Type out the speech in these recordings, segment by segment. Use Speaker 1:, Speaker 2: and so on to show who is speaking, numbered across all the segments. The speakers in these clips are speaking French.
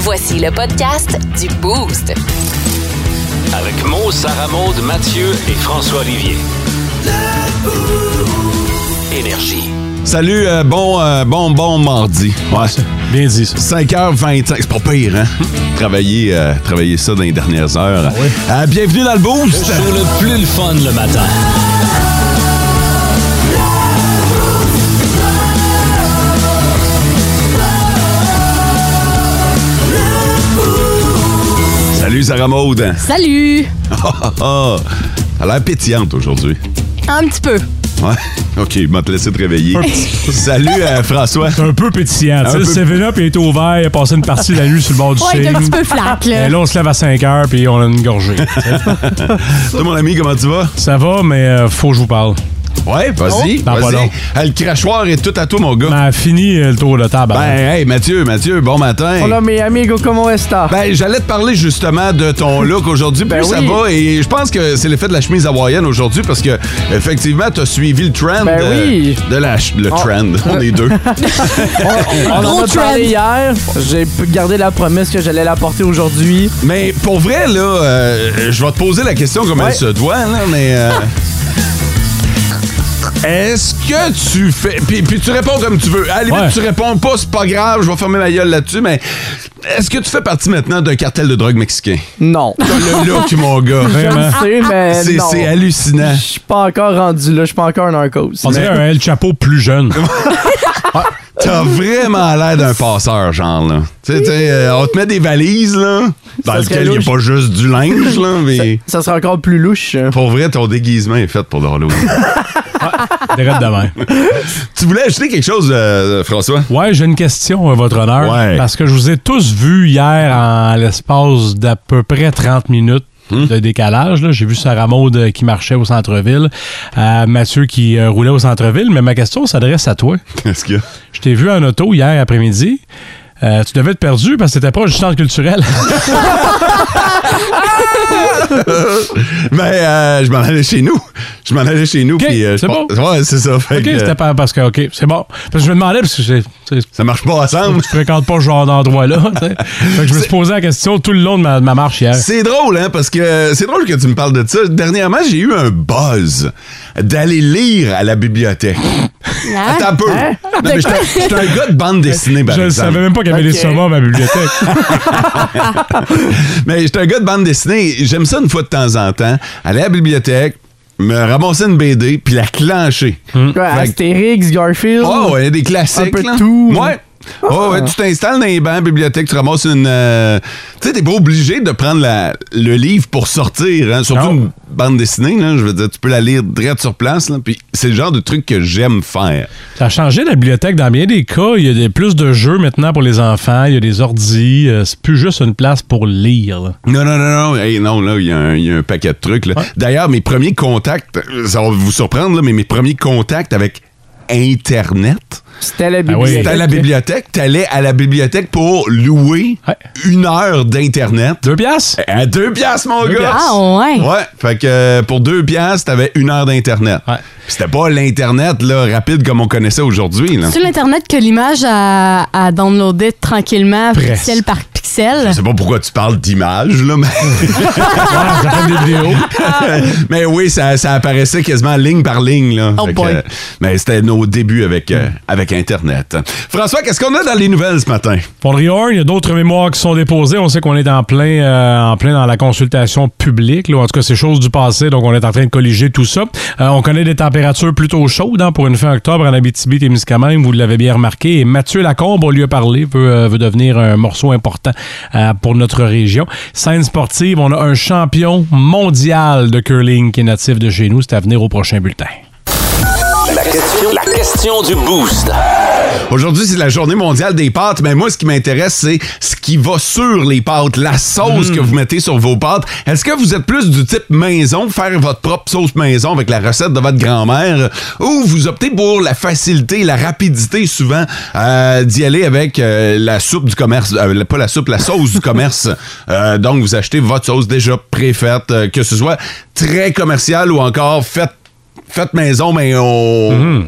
Speaker 1: Voici le podcast du Boost.
Speaker 2: Avec Mo, Sarah Maud, Mathieu et François Olivier. Énergie.
Speaker 3: Salut, euh, bon, euh, bon, bon mardi. Ouais.
Speaker 4: Bien dit, ça. Hum.
Speaker 3: 5h25, c'est pas pire, hein? Travailler, euh, travailler ça dans les dernières heures.
Speaker 4: Ah
Speaker 3: Euh, bienvenue dans le
Speaker 2: Le
Speaker 3: boost!
Speaker 2: show le plus le fun le matin.
Speaker 3: Salut Sarah Maud!
Speaker 5: Salut!
Speaker 3: Oh, oh, oh. Elle a l'air pétillante aujourd'hui.
Speaker 5: Un petit peu.
Speaker 3: Ouais. OK, je vais te laisser te réveiller. Salut euh, François.
Speaker 4: C'est un peu pétillant.
Speaker 3: Un
Speaker 4: tu sais,
Speaker 3: peu-
Speaker 4: le 7-Up, il était ouvert, il a passé une partie de la nuit sur le bord du
Speaker 5: Ouais, il est un
Speaker 4: signe.
Speaker 5: petit peu flac, là.
Speaker 4: Et là, on se lève à 5 heures, puis on a une gorgée.
Speaker 3: Toi, mon ami, comment tu vas?
Speaker 4: ça va, mais euh, faut que je vous parle.
Speaker 3: Ouais, vas-y.
Speaker 4: Dans pas
Speaker 3: vas-y.
Speaker 4: long.
Speaker 3: Ah, le crachoir est tout à toi, mon gars.
Speaker 4: On a fini euh, le tour de table. hein.
Speaker 3: Ben, hey, Mathieu, Mathieu, bon matin.
Speaker 6: Hola, mi amigo, ¿cómo está?
Speaker 3: Ben, j'allais te parler justement de ton look aujourd'hui. Plus
Speaker 6: Ben
Speaker 3: ça
Speaker 6: oui.
Speaker 3: va, et je pense que c'est l'effet de la chemise hawaïenne aujourd'hui parce que, effectivement, t'as suivi le trend. euh,
Speaker 6: Ben oui. Ah.
Speaker 3: De la ch- le trend, on est deux.
Speaker 6: On en a
Speaker 5: Gros trend.
Speaker 6: parlé hier. J'ai p- gardé la promesse que j'allais la porter aujourd'hui.
Speaker 3: Mais pour vrai, là, euh, je vais te poser la question comme
Speaker 6: Ouais.
Speaker 3: elle se doit, là, mais. euh, Est-ce que tu fais. Puis, puis tu réponds comme tu veux. À la limite,
Speaker 4: Ouais.
Speaker 3: tu réponds pas, c'est pas grave, je vais fermer ma gueule là-dessus, mais est-ce que tu fais partie maintenant d'un cartel de drogue mexicain?
Speaker 6: Non.
Speaker 3: T'as le look, mon gars.
Speaker 6: Je
Speaker 4: Vraiment.
Speaker 6: le sais,
Speaker 5: Ah.
Speaker 6: mais
Speaker 3: C'est
Speaker 6: non.
Speaker 3: c'est hallucinant.
Speaker 6: Je suis pas encore rendu là, je suis pas encore un narcos.
Speaker 4: On dirait un El Chapeau plus jeune.
Speaker 3: T'as vraiment l'air d'un passeur, genre, là. Tu sais, tu sais, euh, on te met des valises, là, dans
Speaker 6: Ça
Speaker 3: lequel
Speaker 6: serait
Speaker 3: il n'y a
Speaker 6: louche.
Speaker 3: pas juste du linge, là, mais.
Speaker 6: Ça sera encore plus louche. hein.
Speaker 3: Pour vrai, ton déguisement est fait pour le Halloween.
Speaker 4: Ah, Direct demain.
Speaker 3: tu voulais acheter quelque chose, euh, François?
Speaker 4: Ouais, j'ai une question, euh, votre honneur.
Speaker 3: Ouais.
Speaker 4: Parce que je vous ai tous vu hier en l'espace d'à peu près 30 minutes.
Speaker 3: Hmm?
Speaker 4: de décalage. là. J'ai vu Sarah Maud euh, qui marchait au centre-ville, euh, Mathieu qui euh, roulait au centre-ville, mais ma question s'adresse à toi.
Speaker 3: Qu'est-ce qu'il y a?
Speaker 4: Je t'ai vu en auto hier après-midi. Euh, tu devais être perdu parce que t'étais proche du centre culturel.
Speaker 3: Ben, euh, je m'en allais chez nous. Je m'en allais chez nous. puis, euh, je
Speaker 4: c'est
Speaker 3: pense-
Speaker 4: bon.
Speaker 3: Ouais, c'est ça. Fait
Speaker 4: OK,
Speaker 3: que, euh,
Speaker 4: c'était pas parce que, OK, c'est bon. Parce que je me demandais, parce que j'ai- tu sais,
Speaker 3: ça marche pas ensemble.
Speaker 4: tu fréquentes pas ce genre d'endroit-là. tu sais. Fait que je me suis posé la question tout le long de ma, de ma marche hier.
Speaker 3: C'est drôle, hein, parce que euh, c'est drôle que tu me parles de ça. Dernièrement, j'ai eu un buzz d'aller lire à la bibliothèque. Attends un peu.
Speaker 4: Hein?
Speaker 3: Non, mais j'étais j'étais un gars de bande dessinée, par
Speaker 4: Je ne
Speaker 3: exemple.
Speaker 4: savais même pas qu'il y avait des
Speaker 6: Ok.
Speaker 4: saumons à ma bibliothèque.
Speaker 3: Mais j'étais un gars de bande dessinée. J'aime ça une fois de temps en temps. Aller à la bibliothèque, me ramasser une BD, puis la clencher.
Speaker 6: Ouais, Astérix, Garfield.
Speaker 3: Oh, ouais, des classiques.
Speaker 6: Un peu de
Speaker 3: là.
Speaker 6: tout. Ah.
Speaker 3: Ouais. Oh, ouais, tu t'installes dans les bancs, bibliothèque, tu ramasses une. euh, Tu sais, t'es pas obligé de prendre la- le livre pour sortir, hein, surtout
Speaker 4: Non.
Speaker 3: une bande dessinée. Là, je veux dire, tu peux la lire direct sur place, là, puis c'est le genre de truc que j'aime faire.
Speaker 4: Ça a changé la bibliothèque dans bien des cas. Il y a des- plus de jeux maintenant pour les enfants. Il y a des ordis. Euh, c'est plus juste une place pour lire. là.
Speaker 3: Non, non, non, non. Hey, non, là, il y, a un- il y a un paquet de trucs. là. D'ailleurs, mes premiers contacts, euh, ça va vous surprendre, là, mais mes premiers contacts avec Internet.
Speaker 6: C'était la
Speaker 4: Ah oui.
Speaker 6: bibliothèque.
Speaker 3: T'étais à la bibliothèque, t'allais à la bibliothèque pour louer
Speaker 4: Ouais.
Speaker 3: une heure d'Internet.
Speaker 4: Deux piastres?
Speaker 3: À deux piastres, mon gars!
Speaker 4: piastres.
Speaker 5: Ah, ouais.
Speaker 3: Ouais, fait que euh, pour deux piastres, t'avais une heure d'Internet.
Speaker 4: Ouais.
Speaker 3: Puis C'était pas l'Internet là, rapide comme on connaissait aujourd'hui. là.
Speaker 5: Sur l'Internet que l'image a, a downloadé tranquillement,
Speaker 4: Presque.
Speaker 5: pixel par pixel.
Speaker 3: Je sais pas pourquoi tu parles d'image, là, mais,
Speaker 4: Ah, ça fait des vidéos.
Speaker 3: mais oui, ça, ça apparaissait quasiment ligne par ligne. Là.
Speaker 5: Oh
Speaker 3: Fait que,
Speaker 5: boy.
Speaker 3: euh, mais c'était nos débuts avec, euh, avec Internet. François, qu'est-ce qu'on a dans les nouvelles ce matin?
Speaker 4: Pour le Rehorn, il y a d'autres mémoires qui sont déposées. On sait qu'on est en plein, euh, en plein dans la consultation publique. là. En tout cas, c'est chose du passé, donc on est en train de colliger tout ça. Euh, on connaît des températures plutôt chaudes hein, pour une fin octobre en Abitibi-Témiscamingue. Vous l'avez bien remarqué. Et Mathieu Lacombe, on lui a parlé, veut, euh, veut devenir un morceau important euh, pour notre région. Scène sportive, on a un champion mondial de curling qui est natif de chez nous. C'est à venir au prochain bulletin.
Speaker 2: La question, la question du boost.
Speaker 3: Aujourd'hui, c'est la journée mondiale des pâtes, mais moi, ce qui m'intéresse, c'est ce qui va sur les pâtes, la sauce que vous mettez sur vos pâtes. Est-ce que vous êtes plus du type maison, faire votre propre sauce maison avec la recette de votre grand-mère, ou vous optez pour la facilité, la rapidité souvent euh, d'y aller avec euh, la soupe du commerce, euh, la- pas la soupe, la sauce du commerce. Euh, donc, vous achetez votre sauce déjà préfaite, euh, que ce soit très commerciale ou encore faite faite maison, mais au,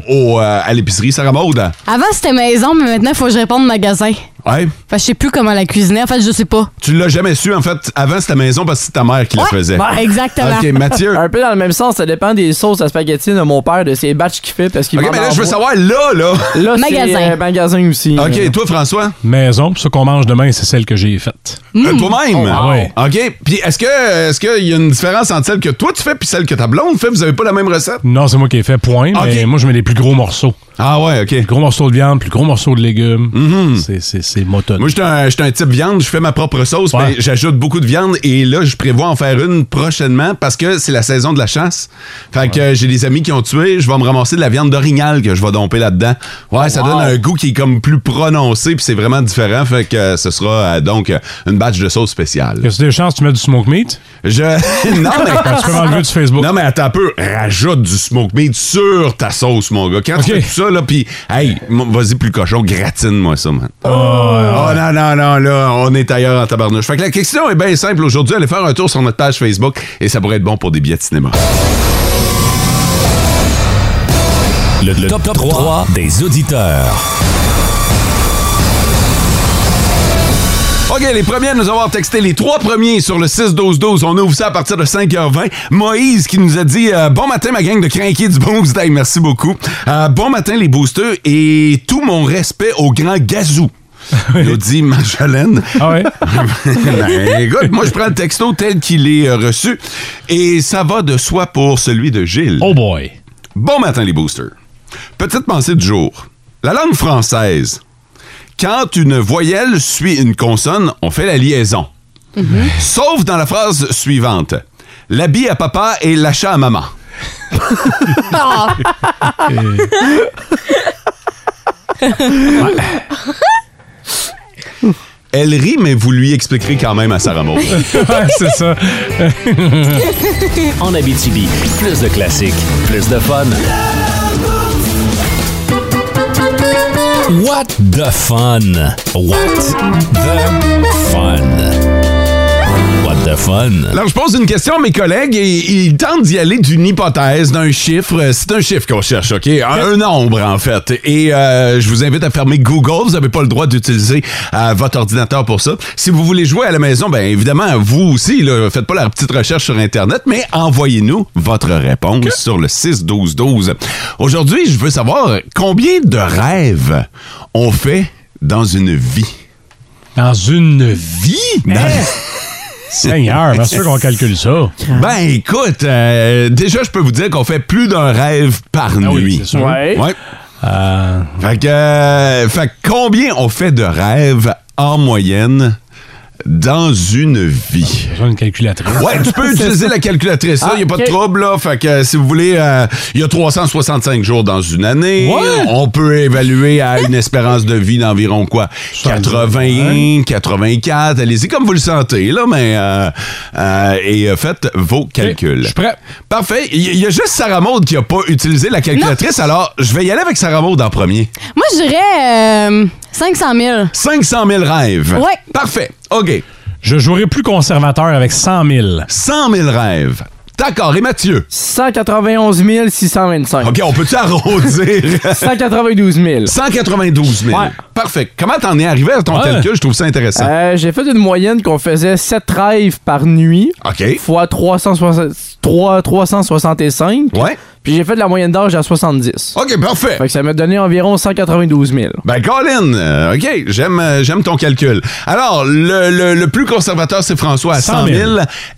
Speaker 3: au, euh, à l'épicerie, ça remonte.
Speaker 5: Avant, c'était maison, mais maintenant, il faut que je réponde magasin.
Speaker 3: Ouais.
Speaker 5: Fait que je sais plus comment la cuisiner. En fait, je sais pas.
Speaker 3: Tu l'as jamais su, en fait, avant, c'était ta maison parce que c'est ta mère qui la faisait.
Speaker 5: Bah, Exactement.
Speaker 3: OK, Mathieu.
Speaker 6: Un peu dans le même sens, ça dépend des sauces à spaghetti de mon père, de ses batchs qu'il fait parce qu'il
Speaker 3: OK,
Speaker 6: m'en
Speaker 3: mais là, je veux
Speaker 6: envoie.
Speaker 3: savoir, là, là.
Speaker 6: Là, c'est,
Speaker 5: Magasin.
Speaker 6: euh, magasin aussi.
Speaker 3: OK,
Speaker 6: Euh,
Speaker 3: et toi, François?
Speaker 4: Maison, ce qu'on mange demain, c'est celle que j'ai faite.
Speaker 5: Hmm.
Speaker 3: Euh, Toi-même?
Speaker 4: Oh, wow. Ouais.
Speaker 3: OK. Puis est-ce que est-ce qu'il y a une différence entre celle que toi tu fais puis celle que ta blonde fait? Vous avez pas la même recette?
Speaker 4: Non, c'est moi qui ai fait point,
Speaker 3: Ok.
Speaker 4: mais moi, je mets les plus gros morceaux.
Speaker 3: Ah ouais, OK. Mmh.
Speaker 4: Plus gros morceaux de viande, plus gros morceaux de légumes. C'est- C'est c'est moton.
Speaker 3: Moi, j'étais un, j'étais un type viande, je fais ma propre sauce,
Speaker 4: Ouais.
Speaker 3: mais j'ajoute beaucoup de viande et là, je prévois en faire une prochainement parce que c'est la saison de la chasse. Fait que euh, j'ai des amis qui ont tué, je vais me ramasser de la viande d'orignal que je vais domper là-dedans. Ouais,
Speaker 4: Oh,
Speaker 3: ça donne un goût qui est comme plus prononcé puis c'est vraiment différent. Fait que euh, ce sera euh, donc euh, une batch de sauce spéciale.
Speaker 4: Est-ce que des chances que tu mets du smoke meat?
Speaker 3: Je... non, mais...
Speaker 4: Tu peux m'enlever du Facebook.
Speaker 3: Non, mais attends un peu. Rajoute du smoke meat sur ta sauce, mon gars. Quand tu
Speaker 4: Ok.
Speaker 3: fais tout ça, là, puis, hey, m- vas-y plus cochon, gratine-moi ça, man. Oh, non, non, non, là, on est ailleurs en tabarnouche. Fait que la question est bien simple aujourd'hui. Allez faire un tour sur notre page Facebook et ça pourrait être bon pour des billets de cinéma.
Speaker 2: Le, le top, 3, des auditeurs.
Speaker 3: OK, les premiers à nous avoir texté, les trois premiers sur le 6-12-12, on ouvre ça à partir de 5h20. Moïse qui nous a dit euh, Bon matin, ma gang de crinqués du Boost. Hey, merci beaucoup. Euh, bon matin, les boosters, et tout mon respect au grand gazou. Nous dit Marjolaine.
Speaker 4: Ah ouais?
Speaker 3: Ben, écoute, moi, je prends le texto tel qu'il est euh, reçu, et ça va de soi pour celui de Gilles.
Speaker 4: Oh boy.
Speaker 3: Bon matin, les boosters. Petite pensée du jour. La langue française. Quand une voyelle suit une consonne, on fait la liaison. Sauf dans la phrase suivante. L'habit à papa et l'achat à maman. Ouais. Elle rit, mais vous lui expliquerez quand même à Sarah Maud.
Speaker 4: Ouais, c'est ça.
Speaker 2: En Abitibi, plus de classiques, plus de fun. What the fun? What the fun? What the fun?
Speaker 3: Alors, je pose une question à mes collègues et ils tentent d'y aller d'une hypothèse, d'un chiffre. Euh, C'est un chiffre qu'on cherche, OK? Un, un nombre, en fait. Et euh, je vous invite à fermer Google. Vous n'avez pas le droit d'utiliser euh, votre ordinateur pour ça. Si vous voulez jouer à la maison, bien évidemment, vous aussi, là, faites pas la petite recherche sur Internet, mais envoyez-nous votre réponse sur le 6-12-12. Aujourd'hui, je veux savoir combien de rêves on fait dans une vie.
Speaker 4: Dans une vie? Hein?
Speaker 3: Dans-
Speaker 4: Seigneur, bien sûr Ben, qu'on calcule ça.
Speaker 3: Ben écoute, euh, déjà je peux vous dire qu'on fait plus d'un rêve par
Speaker 4: Ah oui,
Speaker 3: nuit.
Speaker 4: c'est sûr.
Speaker 6: Ouais.
Speaker 3: Ouais.
Speaker 4: Euh,
Speaker 3: Fait que, euh, fait que combien on fait de rêves en moyenne dans une vie?
Speaker 4: besoin d'une calculatrice.
Speaker 3: Ouais, tu peux utiliser la calculatrice,
Speaker 4: Ah,
Speaker 3: là, il a pas de
Speaker 6: ok.
Speaker 3: trouble, là. Fait que euh, si vous voulez, euh, il y a 365 jours dans une année. On peut évaluer à une espérance de vie d'environ quoi? 80, 84. Allez-y comme vous le sentez, là, mais. euh, euh, et euh, faites vos calculs.
Speaker 4: Je suis prêt.
Speaker 3: Parfait. Il y- il y a juste Sarah Maud qui a pas utilisé la calculatrice, alors je vais y aller avec Sarah Maud en premier.
Speaker 5: Moi, je dirais euh, 500 000.
Speaker 3: 500 000 rêves.
Speaker 5: Ouais.
Speaker 3: Parfait. OK.
Speaker 4: Je jouerai plus conservateur avec 100 000.
Speaker 3: 100 000 rêves. D'accord. Et Mathieu?
Speaker 6: 191 625.
Speaker 3: OK, on peut-tu arrondir?
Speaker 6: 192 000.
Speaker 3: 192 000.
Speaker 6: Ouais.
Speaker 3: Parfait. Comment t'en es arrivé à ton
Speaker 4: Ouais.
Speaker 3: calcul? Je trouve ça intéressant.
Speaker 6: Euh, j'ai fait une moyenne qu'on faisait 7 rêves par nuit
Speaker 3: OK.
Speaker 6: fois 360 3 365.
Speaker 3: Ouais.
Speaker 6: Puis j'ai fait de la moyenne d'âge à 70.
Speaker 3: OK, parfait.
Speaker 6: Fait que ça m'a donné environ 192 000.
Speaker 3: Ben, Colin, euh, OK, j'aime euh, j'aime ton calcul. Alors, le, le- le plus conservateur, c'est François à 100
Speaker 4: 100
Speaker 3: 000
Speaker 4: 000.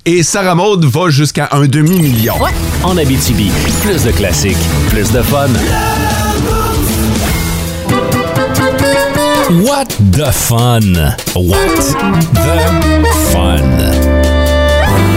Speaker 3: et Sarah Maud va jusqu'à un demi-million.
Speaker 2: En Abitibi, plus de classiques, plus de fun. What the fun? What the fun?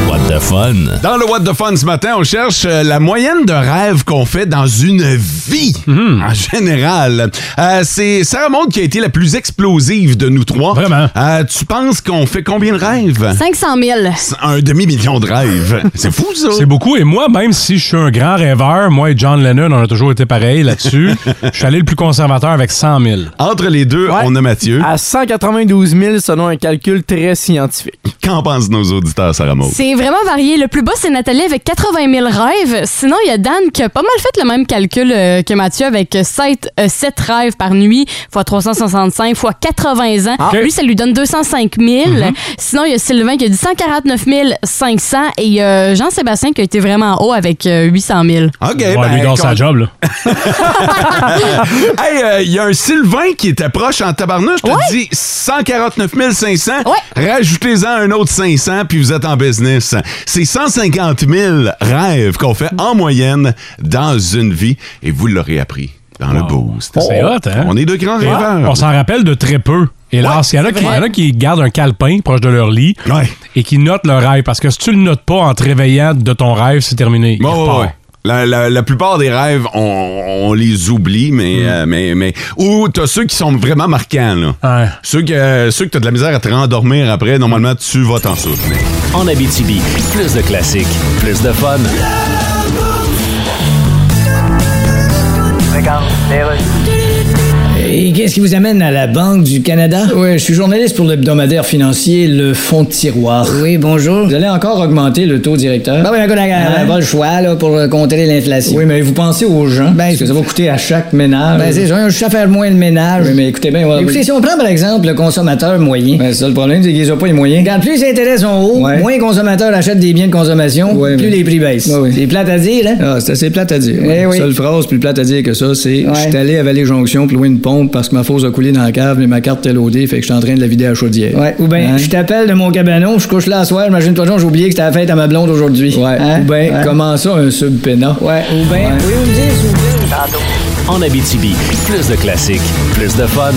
Speaker 2: What the fun?
Speaker 3: Dans le What the Fun ce matin, on cherche euh, la moyenne de rêves qu'on fait dans une vie en général. Euh, c'est Sarah Maud qui a été la plus explosive de nous trois.
Speaker 4: Vraiment.
Speaker 3: Euh, tu penses qu'on fait combien de rêves?
Speaker 5: 500 000.
Speaker 3: Un demi-million de rêves. c'est fou, ça.
Speaker 4: C'est beaucoup. Et moi, même si je suis un grand rêveur, moi et John Lennon, on a toujours été pareil là-dessus. je suis allé le plus conservateur avec 100 000.
Speaker 3: Entre les deux,
Speaker 6: Ouais.
Speaker 3: on a Mathieu.
Speaker 6: À 192 000 selon un calcul très scientifique.
Speaker 3: Qu'en pensent nos auditeurs, Sarah Maud?
Speaker 5: C'est vraiment vraiment varié. Le plus bas, c'est Nathalie avec 80 000 rêves. Sinon, il y a Dan qui a pas mal fait le même calcul euh, que Mathieu avec 7, rêves par nuit, fois 365, fois 80
Speaker 3: Ah.
Speaker 5: ans.
Speaker 4: Ok.
Speaker 5: Lui, ça lui donne 205 000.
Speaker 4: Mhm.
Speaker 5: Sinon, il y a Sylvain qui a dit 149 500 et il y a Jean-Sébastien qui a été vraiment haut avec euh, 800 000.
Speaker 3: OK,
Speaker 4: Ouais,
Speaker 3: ben,
Speaker 4: lui, dans sa
Speaker 3: con-
Speaker 4: job, là.
Speaker 3: Hey, euh, il y a un Sylvain qui était proche en tabarnouche. Je te dis 149 500.
Speaker 5: Ouais.
Speaker 3: Rajoutez-en un autre 500, puis vous êtes en business. C'est 150 000 rêves qu'on fait en moyenne dans une vie. Et vous l'aurez appris dans le boost.
Speaker 4: C'est hot, hein?
Speaker 3: On est deux grands rêveurs.
Speaker 4: On s'en rappelle de très peu. Hélas, il y en a qui- il y en a qui gardent un calepin proche de leur lit
Speaker 3: Ouais.
Speaker 4: et qui notent leur rêve. Parce que si tu le notes pas en te réveillant de ton rêve, c'est terminé. Il
Speaker 3: Bon,
Speaker 4: repart.
Speaker 3: ouais, ouais. La, la- la plupart des rêves, on, on les oublie, mais, euh, mais, mais. Ou t'as ceux qui sont vraiment marquants, là.
Speaker 4: Ouais.
Speaker 3: Ceux que, ceux que t'as de la misère à te rendormir après, normalement, tu vas t'en souvenir.
Speaker 2: En Abitibi, plus de classiques, plus de fun.
Speaker 7: Et qu'est-ce qui vous amène à la Banque du Canada? Oui, je suis journaliste pour l'hebdomadaire financier Le Fonds de Tiroir. Oui, bonjour. Vous allez encore augmenter le taux directeur? Ben oui, un pas le choix là, pour euh, contrer l'inflation. Oui, mais vous pensez aux gens? Ben, ce que ça va coûter à chaque ménage? Ben, c'est ça, je faire moins de ménage. Oui, mais écoutez bien, Écoutez, si on prend par exemple le consommateur moyen. Ben, ça, le problème, c'est qu'ils n'ont pas les moyens. Quand plus les intérêts sont hauts, moins les consommateurs achètent des biens de consommation, plus les prix baissent. C'est plate à dire, hein? Ah, c'est assez plate à dire. Seule phrase plus plate à dire que ça, c'est je suis allé à Valley Jonction pour louer une pompe parce que ma fosse a coulé dans la cave, mais ma carte est loadée, fait que je suis en train de la vider à chaudière. Hein? Ouais. Ou bien, je t'appelle de mon cabanon, je couche là à soir, imagine toi j'ai oublié que c'était la fête à ma blonde aujourd'hui. Hein? Ouais. Ou bien, comment ça, un sub pénat? Ouais. Ou bien,
Speaker 2: En Abitibi, plus de classiques, plus de fun.